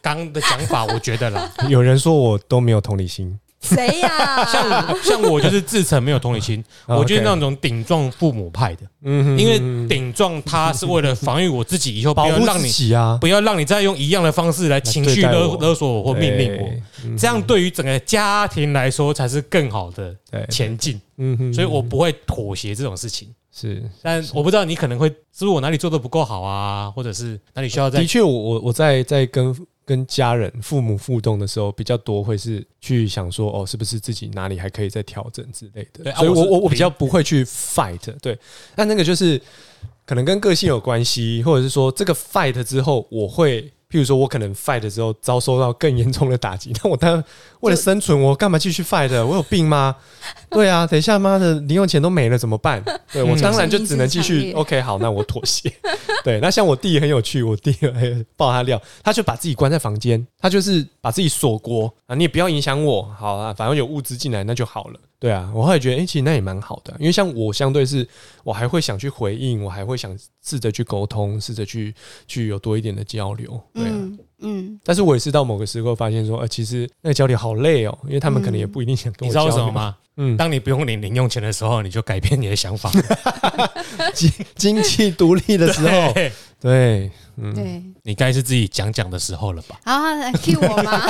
Speaker 1: 刚刚的讲法，我觉得啦，
Speaker 2: 有人说我都没有同理心，
Speaker 3: 谁呀、
Speaker 1: 像像我就是自成没有同理心，我就是那
Speaker 2: 哦 OK
Speaker 1: 种顶撞父母派的，
Speaker 2: 嗯哼
Speaker 1: 因为
Speaker 2: 哼
Speaker 1: 顶撞他是为了防御我自己，以后不
Speaker 2: 保
Speaker 1: 要
Speaker 2: 护
Speaker 1: 让
Speaker 2: 自
Speaker 1: 你
Speaker 2: 己啊，
Speaker 1: 不要让你再用一样的方式来情绪
Speaker 2: 来对待嗯
Speaker 1: 勒
Speaker 2: 我
Speaker 1: 勒索我或命令我。嗯
Speaker 2: 我
Speaker 1: 这样对于整个家庭来说才是更好的
Speaker 2: 对，
Speaker 1: 前进，
Speaker 2: 嗯哼
Speaker 1: 所以我不会妥协这种事情。
Speaker 2: 是
Speaker 1: 但我不知道你可能会，是不是我哪里做的不够好啊，或者是哪里需要再
Speaker 2: 的确，我我我在在跟跟家人、父母互动的时候，比较多会是去想说，哦，是不是自己哪里还可以再调整之类的。
Speaker 1: 对啊
Speaker 2: 所以我
Speaker 1: 我是
Speaker 2: 我我比
Speaker 1: 零
Speaker 2: 较不会去 fight。对，但那个就是可能跟个性有关系，或者是说这个 fight 之后，我会，譬如说我可能 fight 之后遭受到更严重的打击，那我当然为了生存，我干嘛继续 fight？我有病吗？对啊，等一下，妈的，零用钱都没了怎么办？对我
Speaker 1: 嗯
Speaker 2: 当然就只能继
Speaker 3: 生命之
Speaker 2: 续
Speaker 3: 常
Speaker 2: OK，好，那我妥协。 对，那像我弟很有趣，我弟爆他料，他就把自己关在房间，他就是把自己锁锅啊，你也不要影响我，好啊，反正有物资进来那就好了。对啊，我后来觉得，哎、其实那也蛮好的啊、因为像我相对是，我还会想去回应，我还会想试着去沟通，试着去去有多一点的交流，对啊。
Speaker 3: 嗯嗯，
Speaker 2: 但是我也是到某个时候发现说，呃，其实那个交流好累哦，因为他们可能也
Speaker 3: 嗯
Speaker 2: 不一定想跟
Speaker 1: 你
Speaker 2: 我
Speaker 1: 知
Speaker 2: 交
Speaker 1: 道
Speaker 2: 流。
Speaker 1: 为什么？吗？
Speaker 2: 嗯，
Speaker 1: 当你不用领零用钱的时候，你就改变你的想法。
Speaker 2: 经经济独立的时候，
Speaker 1: 对
Speaker 2: 对，嗯，
Speaker 3: 对。
Speaker 1: 你该是自己讲讲的时候了吧？
Speaker 3: 然后来 cue 我吗？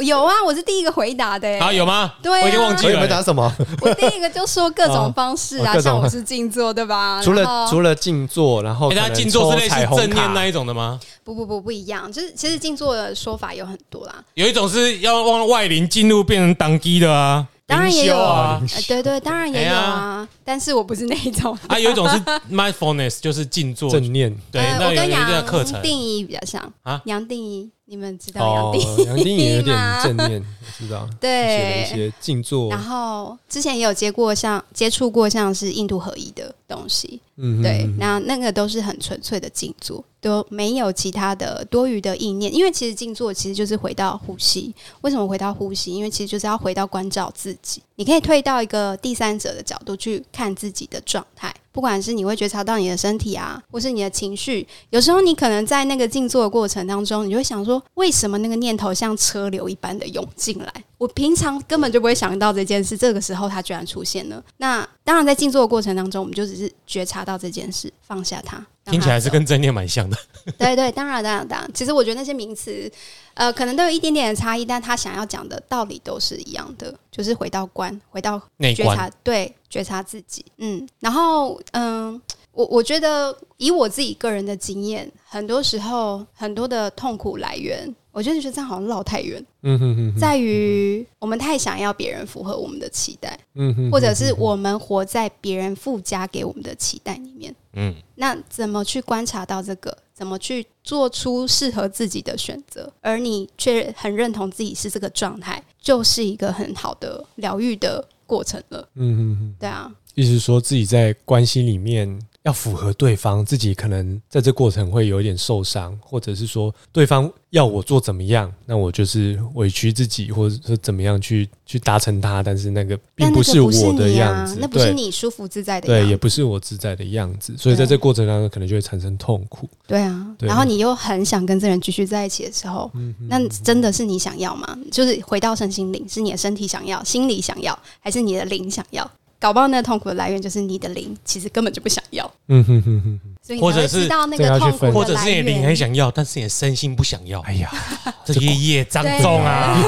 Speaker 3: 有啊，我是第一个回答的、欸。
Speaker 1: 啊，有吗？
Speaker 3: 对啊
Speaker 1: 我已经忘记
Speaker 2: 我有没
Speaker 1: 了。
Speaker 2: 有
Speaker 1: 欸
Speaker 2: 打什么？
Speaker 3: 我第一个就说各种方式
Speaker 2: 哦
Speaker 3: 啊，
Speaker 2: 各种
Speaker 3: 像我是静坐对吧？
Speaker 2: 除
Speaker 3: 然
Speaker 2: 了
Speaker 3: 后
Speaker 2: 除了静坐，然后
Speaker 1: 哎，大
Speaker 2: 可
Speaker 1: 家
Speaker 2: 能
Speaker 1: 静坐
Speaker 2: 抽
Speaker 1: 是类似
Speaker 2: 彩虹
Speaker 1: 正念
Speaker 2: 卡
Speaker 1: 那一种的吗？
Speaker 3: 不不不不一样，就是其实静坐的说法有很多啦。
Speaker 1: 有一种是要往外灵进入变成当机的啊，
Speaker 3: 当然也
Speaker 1: 灵
Speaker 3: 有
Speaker 1: 修啊。
Speaker 3: 呃对对，当然也有啊，但是我不是那一种。
Speaker 1: 啊，有一种是 mindfulness，就是静坐。
Speaker 2: 正念
Speaker 1: 对，
Speaker 3: 呃
Speaker 1: 那
Speaker 3: 我
Speaker 1: 有
Speaker 3: 跟
Speaker 1: 一定的课
Speaker 3: 杨
Speaker 1: 程。
Speaker 3: 定一比较像
Speaker 1: 啊
Speaker 3: 杨定一，你们知道杨定一？
Speaker 2: 杨定也有点
Speaker 3: 吗
Speaker 2: 正念，我知道，写了一
Speaker 3: 对。
Speaker 2: 些静坐
Speaker 3: 然，后之前也有接过像接触过像是印度合一的东西，
Speaker 2: 嗯
Speaker 3: 对，
Speaker 2: 嗯嗯
Speaker 3: 那那个都是很纯粹的静坐，都没有其他的多余的意念。因为其实静坐其实就是回到呼吸。为什么回到呼吸？因为其实就是要回到关照自己。你可以退到一个第三者的角度去看自己的状态，不管是你会觉察到你的身体啊，或是你的情绪。有时候你可能在那个静坐的过程当中，你就会想说，为什么那个念头像车流一般的涌进来？我平常根本就不会想到这件事，这个时候它居然出现了。那当然，在静坐的过程当中，我们就只是觉察到这件事，放下它。让它
Speaker 1: 听起来是
Speaker 3: 走
Speaker 1: 跟正念蛮像的。
Speaker 3: 对对，当然当然当然。其实我觉得那些名词，呃，可能都有一点点的差异，但他想要讲的道理都是一样的，就是回到观，回到
Speaker 1: 内
Speaker 3: 觉
Speaker 1: 观
Speaker 3: 察，对，觉察自己。嗯，然后嗯，我我觉得以我自己个人的经验，很多时候很多的痛苦来源，我就觉得这样好像绕太远，
Speaker 2: 嗯哼哼哼，
Speaker 3: 在于我们太想要别人符合我们的期待，
Speaker 2: 嗯哼，
Speaker 3: 或者是我们活在别人附加给我们的期待里面。
Speaker 1: 嗯，
Speaker 3: 那怎么去观察到这个？怎么去做出适合自己的选择？而你却很认同自己是这个状态，就是一个很好的疗愈的过程了。
Speaker 2: 嗯哼哼，
Speaker 3: 对啊，
Speaker 2: 意思是说自己在关系里面要符合对方，自己可能在这过程会有一点受伤，或者是说对方要我做怎么样，那我就是委屈自己，或者说怎么样去去达成它，但是那个并
Speaker 3: 但那个
Speaker 2: 是
Speaker 3: 不是
Speaker 2: 我的
Speaker 3: 你
Speaker 2: 样
Speaker 3: 啊
Speaker 2: 子，，
Speaker 3: 那不
Speaker 2: 对
Speaker 3: 是你舒服自在的
Speaker 2: 对，
Speaker 3: 样
Speaker 2: 也
Speaker 3: 子。
Speaker 2: 不是我自在的样子，所以在
Speaker 3: 对
Speaker 2: 这过程当中可能就会产生痛苦。
Speaker 3: 对啊，
Speaker 2: 对
Speaker 3: 然后你又很想跟这个人继续在一起的时候，
Speaker 1: 嗯
Speaker 3: 那真的是你想要吗？就是回到身心灵，是你的身体想要，心理想要，还是你的灵想要？搞不好那个痛苦的来源就是你的灵其实根本就不想要，
Speaker 2: 嗯哼哼哼哼，
Speaker 3: 所以你
Speaker 1: 或者
Speaker 3: 才会
Speaker 1: 是
Speaker 3: 知道那
Speaker 2: 这个要
Speaker 3: 个
Speaker 2: 去
Speaker 3: 痛苦
Speaker 2: 分
Speaker 3: 的
Speaker 1: 或者是你
Speaker 3: 来源
Speaker 1: 的灵很想要，但是你的身心不想要，
Speaker 2: 哎呀，
Speaker 1: 这些业障
Speaker 3: 对
Speaker 1: 重啊！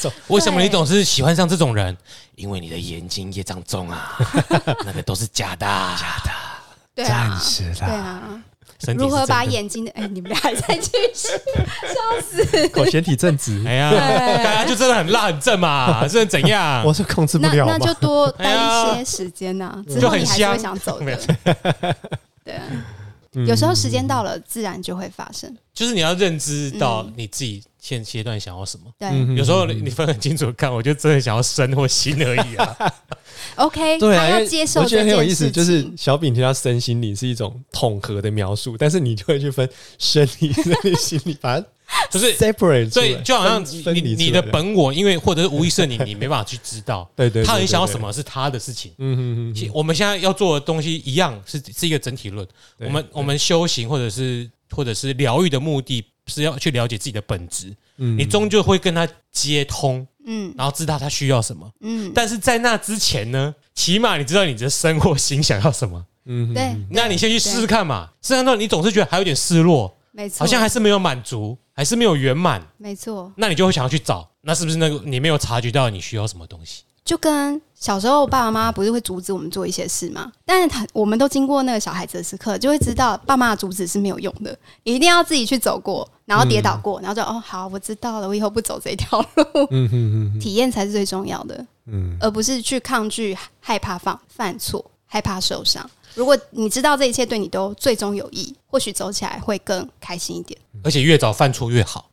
Speaker 2: 重
Speaker 1: 为什么你总是喜欢上这种人？因为你的眼睛业障重啊， 那个都是假的啊，假的。
Speaker 3: 对
Speaker 2: 暂
Speaker 3: 啊，
Speaker 2: 时
Speaker 3: 对
Speaker 2: 啦，
Speaker 3: 啊，
Speaker 1: 身体
Speaker 3: 如
Speaker 1: 是
Speaker 3: 何
Speaker 1: 真
Speaker 3: 把
Speaker 1: 的？
Speaker 3: 眼睛的？哎、你们俩还在继 续？啊
Speaker 2: 口嫌体正直，
Speaker 1: 哎呀，大家就真的很辣很正嘛，这能怎样
Speaker 2: 我？是控制不
Speaker 3: 那
Speaker 2: 了
Speaker 3: 那
Speaker 2: 嘛
Speaker 3: 就。多
Speaker 1: 哎
Speaker 3: 待
Speaker 1: 呀
Speaker 3: 一些时间呐、
Speaker 1: 嗯
Speaker 3: 之
Speaker 1: 就
Speaker 3: 后
Speaker 1: 很
Speaker 3: 你还是会
Speaker 1: 香
Speaker 3: 想走
Speaker 1: 没有
Speaker 3: 的。 对啊，
Speaker 1: 嗯
Speaker 3: 有时候时间到了，自然就会发生。
Speaker 1: 就是你要认知到
Speaker 3: 嗯
Speaker 1: 你自己现阶段想要什么。
Speaker 3: 对、啊
Speaker 2: 嗯哼
Speaker 1: 有时候你你分很清楚看，我就真的想要身或心而已 啊。
Speaker 3: o k
Speaker 2: 对啊，
Speaker 3: 他
Speaker 2: 因
Speaker 3: 要
Speaker 2: 为
Speaker 3: 接受
Speaker 2: 我觉
Speaker 3: 这
Speaker 2: 得很有
Speaker 3: 件
Speaker 2: 意
Speaker 3: 事
Speaker 2: 思，
Speaker 3: 情。
Speaker 2: 就是小饼提到身心灵是一种统合的描述，但是你就会去分生理、生理、心理，把它
Speaker 1: 就是
Speaker 2: separate 出
Speaker 1: 所以
Speaker 2: 来，
Speaker 1: 就好像
Speaker 2: 分
Speaker 1: 你
Speaker 2: 分离
Speaker 1: 你
Speaker 2: 出
Speaker 1: 你
Speaker 2: 来
Speaker 1: 的本我，因为或者是无意识的你，你没办法去知道
Speaker 2: 对对，对
Speaker 1: 他很想要什，
Speaker 2: 对
Speaker 1: 么是他的事情。
Speaker 2: 对嗯嗯嗯
Speaker 1: 其我们现在要做的东西一样是是一个整体论。
Speaker 2: 对
Speaker 1: 我们我们修行或者是或者是疗愈的目的是要去了解自己的本质，
Speaker 2: 嗯
Speaker 1: 你终究会跟他接通，
Speaker 3: 嗯
Speaker 1: 然后知道他需要什么。
Speaker 3: 嗯，
Speaker 1: 但是在那之前呢，起码你知道你的生活心想要什么。
Speaker 2: 嗯嗯
Speaker 3: 对，
Speaker 1: 那你先去试试看嘛。试看到你总是觉得还有点失落，
Speaker 3: 没错，
Speaker 1: 好像还是没有满足，还是没有圆满，
Speaker 3: 没错，
Speaker 1: 那你就会想要去找，那是不是那个你没有察觉到你需要什么东西？
Speaker 3: 就跟小时候爸爸妈妈不是会阻止我们做一些事吗？但是他我们都经过那个小孩子的时刻，就会知道爸妈的阻止是没有用的，你一定要自己去走过，然后跌倒过，然后就哦好，我知道了，我以后不走这条路，
Speaker 2: 嗯嗯嗯
Speaker 3: 体验才是最重要的，
Speaker 2: 嗯，
Speaker 3: 而不是去抗拒、害怕犯犯错、害怕受伤。如果你知道这一切对你都最终有益，或许走起来会更开心一点。
Speaker 2: 嗯
Speaker 1: 而且越早犯错越好。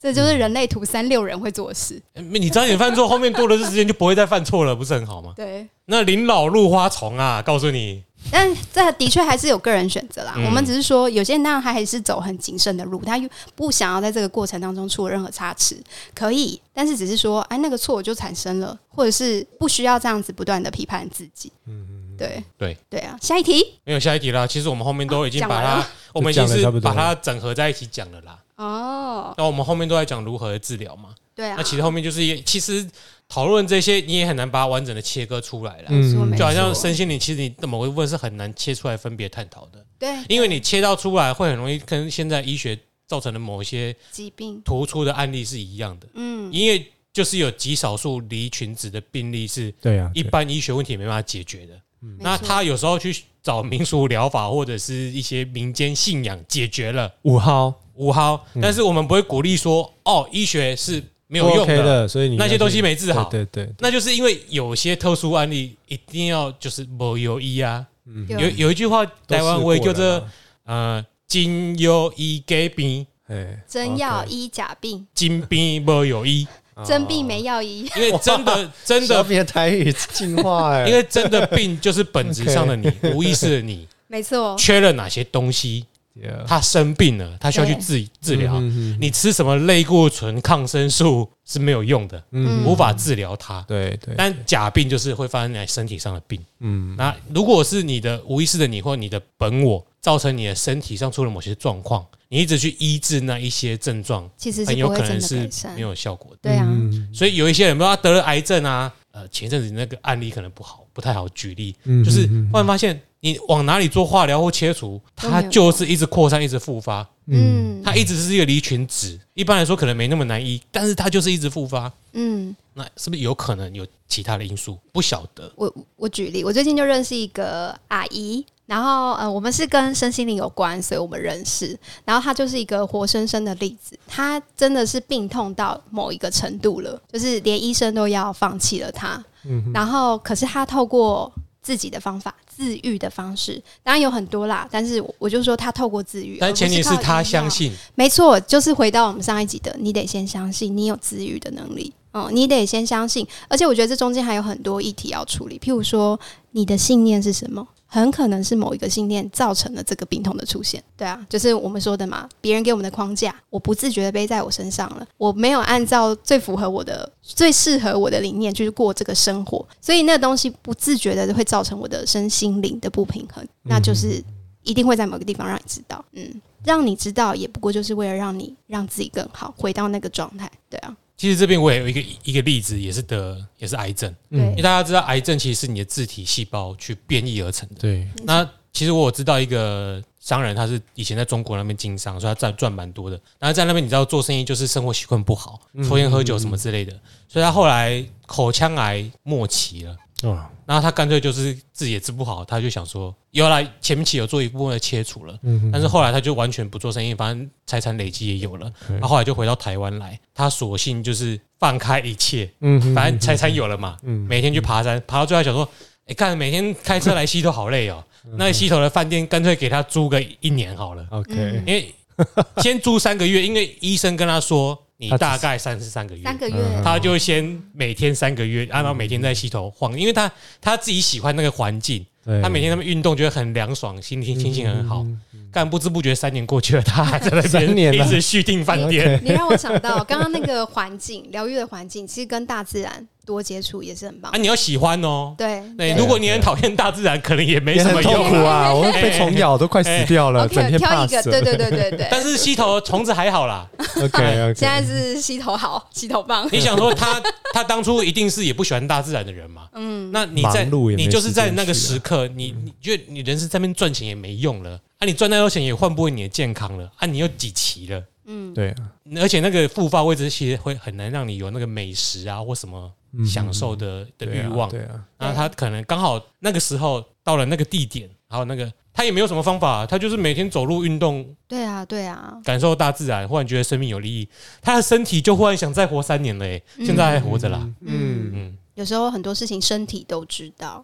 Speaker 3: 这就是人类图三六人会做的事。
Speaker 1: 欸你早点犯错，后面多的是时间就不会再犯错了，不是很好吗？
Speaker 3: 对，
Speaker 1: 那临老入花丛啊，告诉你，
Speaker 3: 但这的确还是有个人选择啦。
Speaker 1: 嗯
Speaker 3: 我们只是说，有些人当然他还是走很谨慎的路，他又不想要在这个过程当中出任何差池，可以。但是只是说，哎，那个错我就产生了，或者是不需要这样子不断的批判自己。
Speaker 1: 嗯
Speaker 3: 对
Speaker 1: 对
Speaker 3: 对啊，下一题
Speaker 1: 没有下一题啦。其实我们后面都已经
Speaker 3: 讲
Speaker 1: 把
Speaker 3: 完
Speaker 1: 它
Speaker 3: 了，
Speaker 1: 我们已经
Speaker 2: 就
Speaker 1: 是
Speaker 2: 讲得差不多
Speaker 1: 把
Speaker 2: 了
Speaker 1: 它整合在一起讲了啦。
Speaker 3: 哦，
Speaker 1: 那我们后面都在讲如何治疗嘛。
Speaker 3: 对啊
Speaker 1: 那，其实后面就是也，其实讨论这些你也很难把它完整的切割出来啦。
Speaker 2: 嗯
Speaker 3: 没错没
Speaker 1: 就
Speaker 3: 错
Speaker 1: 好像身心灵，其实你的某个部分是很难切出来分别探讨的，
Speaker 3: 对
Speaker 1: 因为你切到出来会很容易跟现在医学造成的某一些
Speaker 3: 疾病，
Speaker 1: 突出的案例是一样的，
Speaker 3: 嗯，
Speaker 1: 因为就是有极少数离群子的病例是
Speaker 2: 对啊，
Speaker 1: 一
Speaker 2: 对
Speaker 1: 般医学问题没办法解决的。嗯那
Speaker 3: 嗯没错
Speaker 1: 他有时候去找民俗疗法或者是一些民间信仰解决了
Speaker 2: 五号
Speaker 1: 五号，
Speaker 2: 嗯
Speaker 1: 但是我们不会鼓励说哦，医学是没有
Speaker 2: 不
Speaker 1: 用
Speaker 2: OK
Speaker 1: 的，
Speaker 2: 的，所以你
Speaker 1: 那些
Speaker 2: 要去
Speaker 1: 东西没治好。
Speaker 2: 对对对，
Speaker 1: 那就是因为有些特殊案例一定要就是没有医啊，
Speaker 2: 嗯
Speaker 3: 对
Speaker 1: 有有一句话
Speaker 2: 都
Speaker 1: 台湾
Speaker 2: 试
Speaker 1: 话
Speaker 2: 过
Speaker 1: 叫
Speaker 2: 了
Speaker 1: 做
Speaker 2: 啦
Speaker 1: 呃金有医给病，
Speaker 2: 哎，
Speaker 3: 真药
Speaker 2: OK
Speaker 3: 医假病，
Speaker 1: 金病没有医，
Speaker 3: 真病没药医，
Speaker 1: 因为真的真
Speaker 2: 小
Speaker 1: 的，
Speaker 2: 饼的台语进化哎，
Speaker 1: 因为真的病就是本质上 的你，无意识的你
Speaker 3: 没错，
Speaker 1: 缺了哪些东西，
Speaker 2: Yeah
Speaker 1: 他生病了，他需要去治治疗。
Speaker 2: 嗯嗯嗯嗯
Speaker 1: 你吃什么类固醇、抗生素是没有用的，
Speaker 3: 嗯
Speaker 1: 无法治疗它。
Speaker 2: 对对，
Speaker 1: 但假病就是会发生在身体上的病。
Speaker 2: 嗯
Speaker 1: 那如果是你的无意识的你或你的本我，造成你的身体上出了某些状况，你一直去医治那一些症状，
Speaker 3: 其实是
Speaker 1: 很
Speaker 3: 不
Speaker 1: 有
Speaker 3: 会
Speaker 1: 可
Speaker 3: 真
Speaker 1: 能
Speaker 3: 的
Speaker 1: 是
Speaker 3: 改善
Speaker 1: 没。有效果的。
Speaker 3: 对啊，
Speaker 2: 嗯
Speaker 1: 所以有一些人，不知道他得了癌症啊，呃，前阵子那个案例可能不好，不太好举例，
Speaker 2: 嗯
Speaker 1: 就是忽然发现你往哪里做化疗或切除，
Speaker 3: 都没有
Speaker 1: 它就是一直扩散，一直复发，
Speaker 3: 嗯
Speaker 1: 它一直是一个离群值。一般来说可能没那么难医，但是它就是一直复发，
Speaker 3: 嗯。
Speaker 1: 那是不是有可能有其他的因素？不晓得。
Speaker 3: 我我举例，我最近就认识一个阿姨，然后呃，我们是跟身心灵有关，所以我们认识。然后她就是一个活生生的例子，她真的是病痛到某一个程度了，就是连医生都要放弃了她。
Speaker 1: 嗯
Speaker 3: 然后可是她透过自己的方法、自愈的方式，当然有很多啦，但是我我就说她透过自愈，而
Speaker 1: 但
Speaker 3: 不
Speaker 1: 前提是
Speaker 3: 靠
Speaker 1: 他
Speaker 3: 医药
Speaker 1: 相信，
Speaker 3: 没错，就是回到我们上一集的，你得先相信你有自愈的能力。哦、你得先相信，而且我觉得这中间还有很多议题要处理，譬如说你的信念是什么，很可能是某一个信念造成了这个病痛的出现。对啊，就是我们说的嘛，别人给我们的框架，我不自觉的背在我身上了，我没有按照最符合我的、最适合我的理念去过这个生活，所以那东西不自觉的会造成我的身心灵的不平衡，那就是一定会在某个地方让你知道，嗯。让你知道，也不过就是为了让你让自己更好，回到那个状态。对啊，
Speaker 1: 其实这边我也有一个一个例子，也是得也是癌症，因为
Speaker 3: 对，
Speaker 1: 大家知道癌症其实是你的自体细胞去变异而成的。
Speaker 2: 对，
Speaker 1: 那其实我有知道一个商人，他是以前在中国那边经商，所以他赚赚蛮多的。然后在那边你知道做生意就是生活习惯不好，
Speaker 2: 嗯
Speaker 1: 抽烟喝酒什么之类的，所以他后来口腔癌末期了。
Speaker 2: 啊，
Speaker 1: 然后他干脆就是自己也治不好，他就想说，原来前期有做一部分的切除了，
Speaker 2: 嗯
Speaker 1: 但是后来他就完全不做生意，反正财产累积也有了，
Speaker 2: 嗯
Speaker 1: 然后后来就回到台湾来，他索性就是放开一切，
Speaker 2: 嗯哼
Speaker 1: 反正财产有了嘛，
Speaker 2: 嗯
Speaker 1: 每天去爬山，爬到最后还想说，哎，干每天开车来西头好累哦，
Speaker 2: 嗯
Speaker 1: 那西头的饭店干脆给他租个一年好了，
Speaker 2: ，OK，
Speaker 1: 因为先租三个月，因为医生跟他说你
Speaker 2: 他只
Speaker 1: 大概三十三个月，
Speaker 3: 三个月，
Speaker 2: 嗯
Speaker 1: 他就先每天三个月，啊然后每天在溪头晃，因为他他自己喜欢那个环境，
Speaker 2: 对
Speaker 1: 他每天他们运动觉得很凉爽，心情心情很好
Speaker 2: 嗯。
Speaker 1: 但不知不觉三年过去了，他还在那
Speaker 2: 三
Speaker 1: 边
Speaker 2: 年了
Speaker 1: 一直续订饭店。
Speaker 3: 你让我想到刚刚那个环境，疗愈的环境，其实跟大自然多接触也是很棒
Speaker 1: 啊，。你要喜欢哦。
Speaker 3: 对，
Speaker 1: 对，
Speaker 3: 对
Speaker 1: 如果你很讨厌大自然，可能也没什么
Speaker 2: 啊也很痛
Speaker 1: 用。哎
Speaker 2: 苦啊，我会被虫咬都快死掉了，整
Speaker 3: OK，
Speaker 2: 天
Speaker 3: 挑
Speaker 2: 怕
Speaker 3: 一个，
Speaker 2: 死。
Speaker 3: 对对对对对。
Speaker 1: 但是溪头虫子还好啦，
Speaker 2: OK OK，
Speaker 3: 现在是洗头好，洗头棒，
Speaker 1: 你想说他他当初一定是也不喜欢大自然的人嘛？嗯，那你在
Speaker 2: 忙碌也没
Speaker 1: 你就是在那个
Speaker 2: 时间去啊
Speaker 1: 时刻，你你觉得你人生在那边赚钱也没用了，啊，你赚太多钱也换不回你的健康了，啊，你又几期了。
Speaker 2: 对啊，
Speaker 1: 而且那个复发位置其实会很难让你有那个美食啊或什么
Speaker 2: 嗯
Speaker 1: 享受的的
Speaker 2: 对
Speaker 1: 欲
Speaker 2: 啊
Speaker 1: 望。
Speaker 2: 对啊，
Speaker 1: 然后他可能刚好那个时候到了那个地点，还有那个他也没有什么方法，他就是每天走路运动，
Speaker 3: 对啊，对啊，
Speaker 1: 感受大自然，忽然觉得生命有意义，他的身体就忽然想再活三年了、欸，
Speaker 3: 嗯
Speaker 1: 现在还活着啦。
Speaker 2: 嗯，
Speaker 1: 嗯，
Speaker 3: 有时候很多事情身体都知道，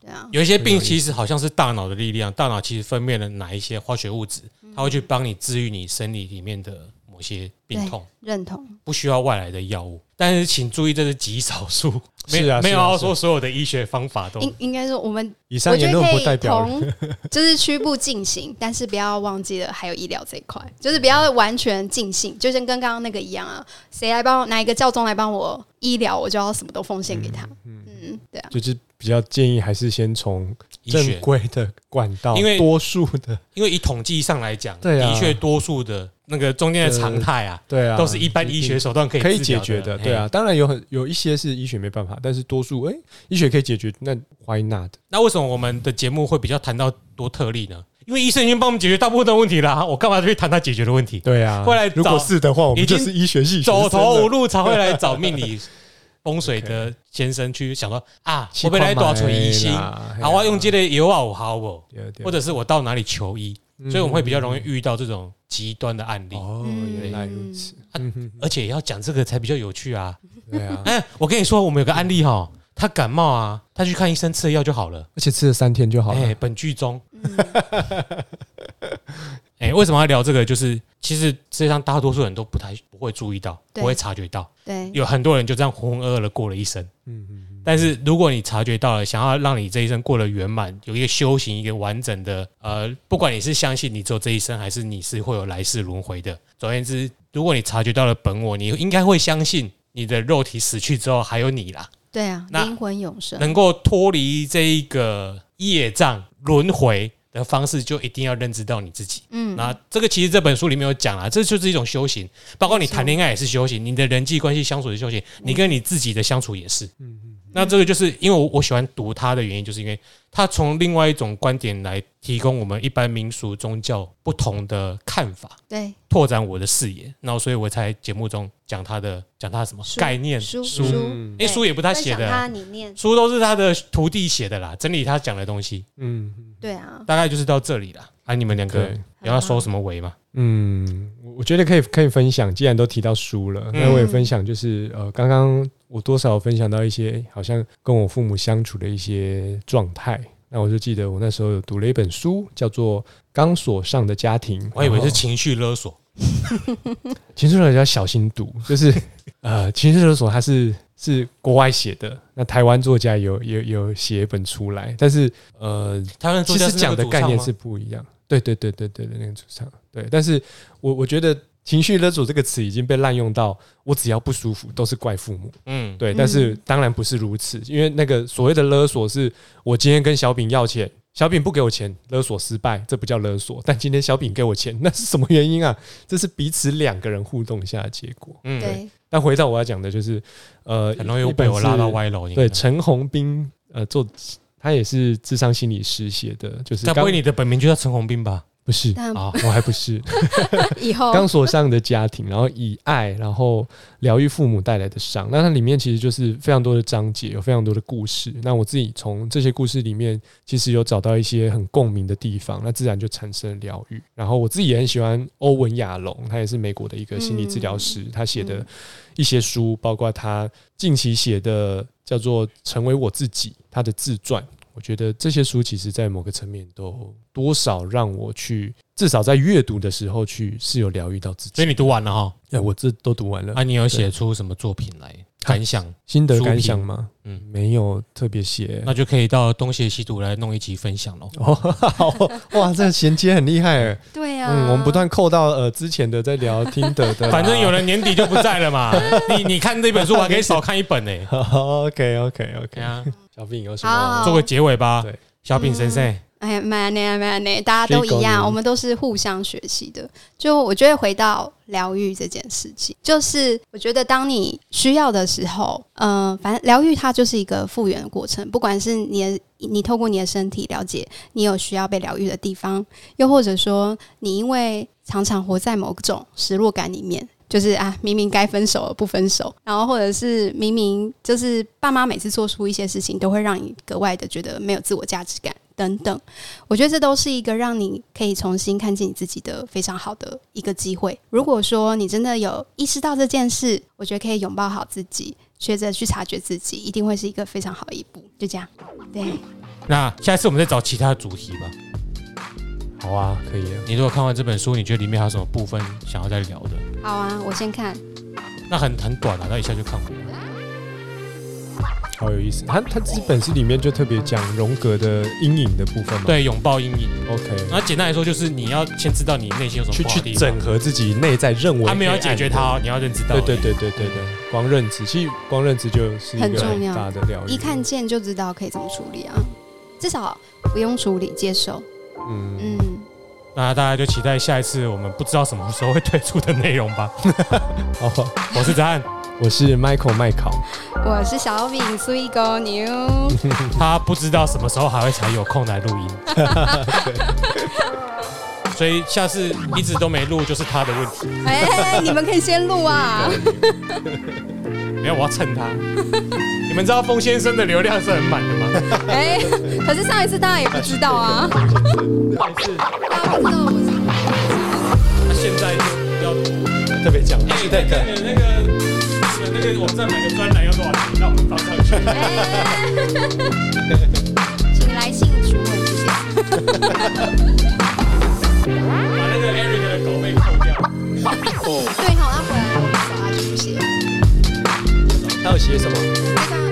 Speaker 3: 对啊，
Speaker 1: 有一些病其实好像是大脑的力量，大脑其实分辨了哪一些化学物质，它会去帮你治愈你生理里面的某些病痛。
Speaker 3: 认同，
Speaker 1: 不需要外来的药物。但是请注意，这是极少数， 没
Speaker 2: 是啊
Speaker 1: 没有
Speaker 2: 是
Speaker 1: 要
Speaker 2: 啊是啊
Speaker 1: 说所有的医学方法都
Speaker 3: 应应该说我们
Speaker 2: 以
Speaker 3: 我
Speaker 2: 上
Speaker 3: 觉
Speaker 2: 言
Speaker 3: 得
Speaker 2: 论不
Speaker 3: 可
Speaker 2: 代
Speaker 3: 以
Speaker 2: 表
Speaker 3: 同 就是区步进行，但是不要忘记了还有医疗这一块，就是不要完全尽兴，就像跟刚刚那个一样啊，谁来帮我哪一个教宗来帮我医疗，我就要什么都奉献给他。嗯对啊，
Speaker 2: 就是比较建议还是先从
Speaker 1: 医
Speaker 2: 正
Speaker 1: 学，
Speaker 2: 规的管道，
Speaker 1: 因为
Speaker 2: 多数 的
Speaker 1: 因为以统计上来讲，
Speaker 2: 对啊
Speaker 1: 的确多数的那个中间的常态啊，
Speaker 2: 对啊，
Speaker 1: 都是一般医学手段可以
Speaker 2: 可以
Speaker 1: 治疗
Speaker 2: 解决的，
Speaker 1: 嘿
Speaker 2: 对啊。当然有很有一些是医学没办法，但是多数哎、医学可以解决，那 why not？
Speaker 1: 那为什么我们的节目会比较谈到多特例呢？因为医生已经帮我们解决大部分的问题啦，我干嘛去谈他解决的问题？
Speaker 2: 对啊。
Speaker 1: 后来找
Speaker 2: 如果是的话，我们就是医学啊系
Speaker 1: 走投无
Speaker 2: 路，
Speaker 1: 路才会来找命理风水 的先生去想说啊，我被来多少存疑心，啊，
Speaker 2: 啊
Speaker 1: 我用这个药啊，我好不？或
Speaker 2: 或者
Speaker 1: 者是我到哪里求医，所以我们会比较容易遇到这种极端的案例，
Speaker 2: 嗯哦，
Speaker 3: 嗯
Speaker 2: 原来如此，
Speaker 1: 而且要讲这个才比较有趣啊！
Speaker 2: 对啊。
Speaker 1: 哎，我跟你说，我们有个案例哈，他感冒啊，他去看医生吃了药就好了。
Speaker 2: 而且吃了三天就好
Speaker 1: 哎，
Speaker 2: 了，
Speaker 1: 本剧中，
Speaker 3: 嗯，
Speaker 1: 哎，为什么要聊这个？就是其实世界上大多数人都不太不会注意到，
Speaker 3: 对
Speaker 1: 不会察觉到，
Speaker 3: 对，啊
Speaker 1: 有很多人就这样浑浑噩噩的过了一生。
Speaker 2: 嗯嗯
Speaker 1: 但是如果你察觉到了，想要让你这一生过得圆满，有一个修行，一个完整的，呃，不管你是相信你只有这一生，还是你是会有来世轮回的，总而言之，如果你察觉到了本我，你应该会相信你的肉体死去之后还有你啦，
Speaker 3: 对啊，
Speaker 1: 那
Speaker 3: 灵魂永生，
Speaker 1: 能够脱离这一个业障轮回的方式，就一定要认知到你自己。
Speaker 3: 嗯，
Speaker 1: 那这个其实这本书里面有讲啊，这就是一种修行，包括你
Speaker 3: 没错嗯
Speaker 1: 谈恋爱也是修行，你的人际关系相处也是修行，你跟你自己的相处也是。那这个就是因为我我喜欢读它的原因，就是因为它从另外一种观点来提供我们一般民俗宗教不同的看法，
Speaker 3: 对，啊
Speaker 1: 拓展我的视野。然后所以我才节目中讲他的讲他什么
Speaker 3: 书
Speaker 1: 概念
Speaker 3: 书
Speaker 1: 书，
Speaker 3: 书
Speaker 2: 嗯
Speaker 1: 因为书也不是他写
Speaker 3: 分享他
Speaker 1: 的，啊
Speaker 3: 你念，
Speaker 1: 书都是他的徒弟写的啦，整理他讲的东西，
Speaker 2: 嗯
Speaker 3: 对啊，
Speaker 1: 大概就是到这里啦。啊，你们两个
Speaker 2: 对
Speaker 1: 有要收什么尾吗？
Speaker 2: 嗯，我我觉得可以可以分享，既然都提到书了，那我也分享，就是呃，刚刚我多少有分享到一些好像跟我父母相处的一些状态。那我就记得我那时候有读了一本书，叫做《钢索上的家庭》，
Speaker 1: 我以为
Speaker 2: 然后
Speaker 1: 是情绪勒索。
Speaker 2: 情书人要小心读，就是呃，情绪勒索它是是国外写的，那台湾作家有有有写一本出来，但是呃，
Speaker 1: 台湾
Speaker 2: 其
Speaker 1: 作家
Speaker 2: 实
Speaker 1: 是那
Speaker 2: 讲
Speaker 1: 个
Speaker 2: 的
Speaker 1: 主
Speaker 2: 概
Speaker 1: 唱
Speaker 2: 念
Speaker 1: 吗
Speaker 2: 是不一样。对对对对对对，那个主唱对，但是我我觉得情绪勒索这个词已经被滥用到，我只要不舒服都是怪父母。
Speaker 1: 嗯，
Speaker 2: 对，但是
Speaker 3: 嗯
Speaker 2: 当然不是如此，因为那个所谓的勒索是，我今天跟小饼要钱，小饼不给我钱，勒索失败，这不叫勒索。但今天小饼给我钱，那是什么原因啊？这是彼此两个人互动下的结果。
Speaker 1: 嗯，
Speaker 3: 对，啊
Speaker 2: 但回到我要讲的，就是呃，
Speaker 1: 很容易又被我拉到歪楼。
Speaker 2: 一
Speaker 1: 你
Speaker 2: 本是。对，
Speaker 1: 看
Speaker 2: 陈宏斌呃，做他也是智商心理师写的，就是
Speaker 1: 该不会
Speaker 2: 刚
Speaker 1: 你的本名就叫陈宏斌吧？
Speaker 2: 不是
Speaker 3: 但
Speaker 1: 啊，
Speaker 2: 我还不是
Speaker 3: 以 后
Speaker 2: 刚所上的家庭，然后以爱，然后疗愈父母带来的伤。那它里面其实就是非常多的章节，有非常多的故事。那我自己从这些故事里面，其实有找到一些很共鸣的地方，那自然就产生了疗愈。然后我自己也很喜欢欧文亚龙，他也是美国的一个心理治疗师，他写的
Speaker 3: 嗯
Speaker 2: 一些书，包括他近期写的叫做《成为我自己》他的自传。我觉得这些书其实，在某个层面都多少让我去，至少在阅读的时候去是有疗愈到自己。
Speaker 1: 所以你读完了哈？
Speaker 2: 哎，我这都读完了，
Speaker 1: 啊，你有写出什么作品来感想？
Speaker 2: 心得感想吗？
Speaker 1: 嗯，啊
Speaker 2: 没有特别写。
Speaker 1: 那就可以到东邪西毒来弄一集分享喽。
Speaker 2: 哦，好哇，这个衔接很厉害哎。
Speaker 3: 对啊呀、
Speaker 2: 嗯，我们不断扣到呃之前的在聊听得的啦，
Speaker 1: 反 正有人年底就不在了嘛。你你看这本书，我还可以少看一本呢、欸。
Speaker 2: OK OK
Speaker 1: 对
Speaker 2: OK，
Speaker 1: 啊，
Speaker 2: 小饼有什
Speaker 3: 好
Speaker 2: 么？
Speaker 1: 做个结尾吧
Speaker 2: 对。
Speaker 1: 小饼先生，
Speaker 3: 哎呀，慢呢慢呢，大家都一
Speaker 2: 谁搞
Speaker 3: 样，
Speaker 2: 你
Speaker 3: 我们都是互相学习的。就我觉得回到疗愈这件事情，就是我觉得当你需要的时候，嗯、反正疗愈它就是一个复原的过程，不管是你的你透过你的身体了解你有需要被疗愈的地方，又或者说你因为常常活在某种失落感里面。就是啊，明明该分手了不分手，然后或者是明明就是爸妈每次做出一些事情，都会让你格外的觉得没有自我价值感等等。我觉得这都是一个让你可以重新看见你自己的非常好的一个机会。如果说你真的有意识到这件事，我觉得可以拥抱好自己，学着去察觉自己，一定会是一个非常好的一步。就这样，对，
Speaker 1: 那下一次我们再找其他的主题吧。
Speaker 2: 好啊，可以啊。
Speaker 1: 你如果看完这本书，你觉得里面还有什么部分想要再聊的？
Speaker 3: 好啊，我先看，
Speaker 1: 那很很短啊，那一下就看完了。
Speaker 2: 好有意思。他他这本书里面就特别讲荣格的阴影的部分嘛。
Speaker 1: 对，拥抱阴影。
Speaker 2: ，OK，
Speaker 1: 那简单来说，就是你要先知道你内心有什么
Speaker 2: 去
Speaker 1: 不好的
Speaker 2: 去
Speaker 1: 地方
Speaker 2: 整，合自己内在认为
Speaker 1: 他没有要解决它
Speaker 2: 黑
Speaker 1: 哦，你要认知到。
Speaker 2: 暗的。对对对对对对，光认知，其实光认知就是一
Speaker 3: 很
Speaker 2: 个
Speaker 3: 重
Speaker 2: 很
Speaker 3: 要
Speaker 2: 大的疗愈。
Speaker 3: 一看见就知道可以怎么处理啊，至少不用处理，接受，
Speaker 2: 嗯，
Speaker 3: 嗯，
Speaker 1: 那大家就期待下一次我们不知道什么时候会推出的内容吧。
Speaker 2: 好，
Speaker 1: 我是子翰，
Speaker 2: 我是 Michael 麦考，
Speaker 3: 我是小饼苏一狗牛，
Speaker 1: 他不知道什么时候还会才有空来录音，所以下次一直都没录就是他的问题，
Speaker 3: 哎，你们可以先录啊，
Speaker 1: 没有我要蹭他。你们知道风先生的流量是很满的吗？
Speaker 3: 哎，可是上一次大家也不知道啊，
Speaker 1: 上次
Speaker 3: 大家不知道我是。
Speaker 1: 他现在要
Speaker 2: 特别讲，
Speaker 1: 哎那个那个那个那个网站买个专栏要多少钱？让我们放上去。
Speaker 3: 请来信询问，谢谢。
Speaker 1: 把那个 Eric 的狗被扣掉。
Speaker 3: 对哈，他回来我找他去写，
Speaker 2: 他有写什么？
Speaker 3: 那个很简单。嗯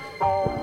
Speaker 2: 那他写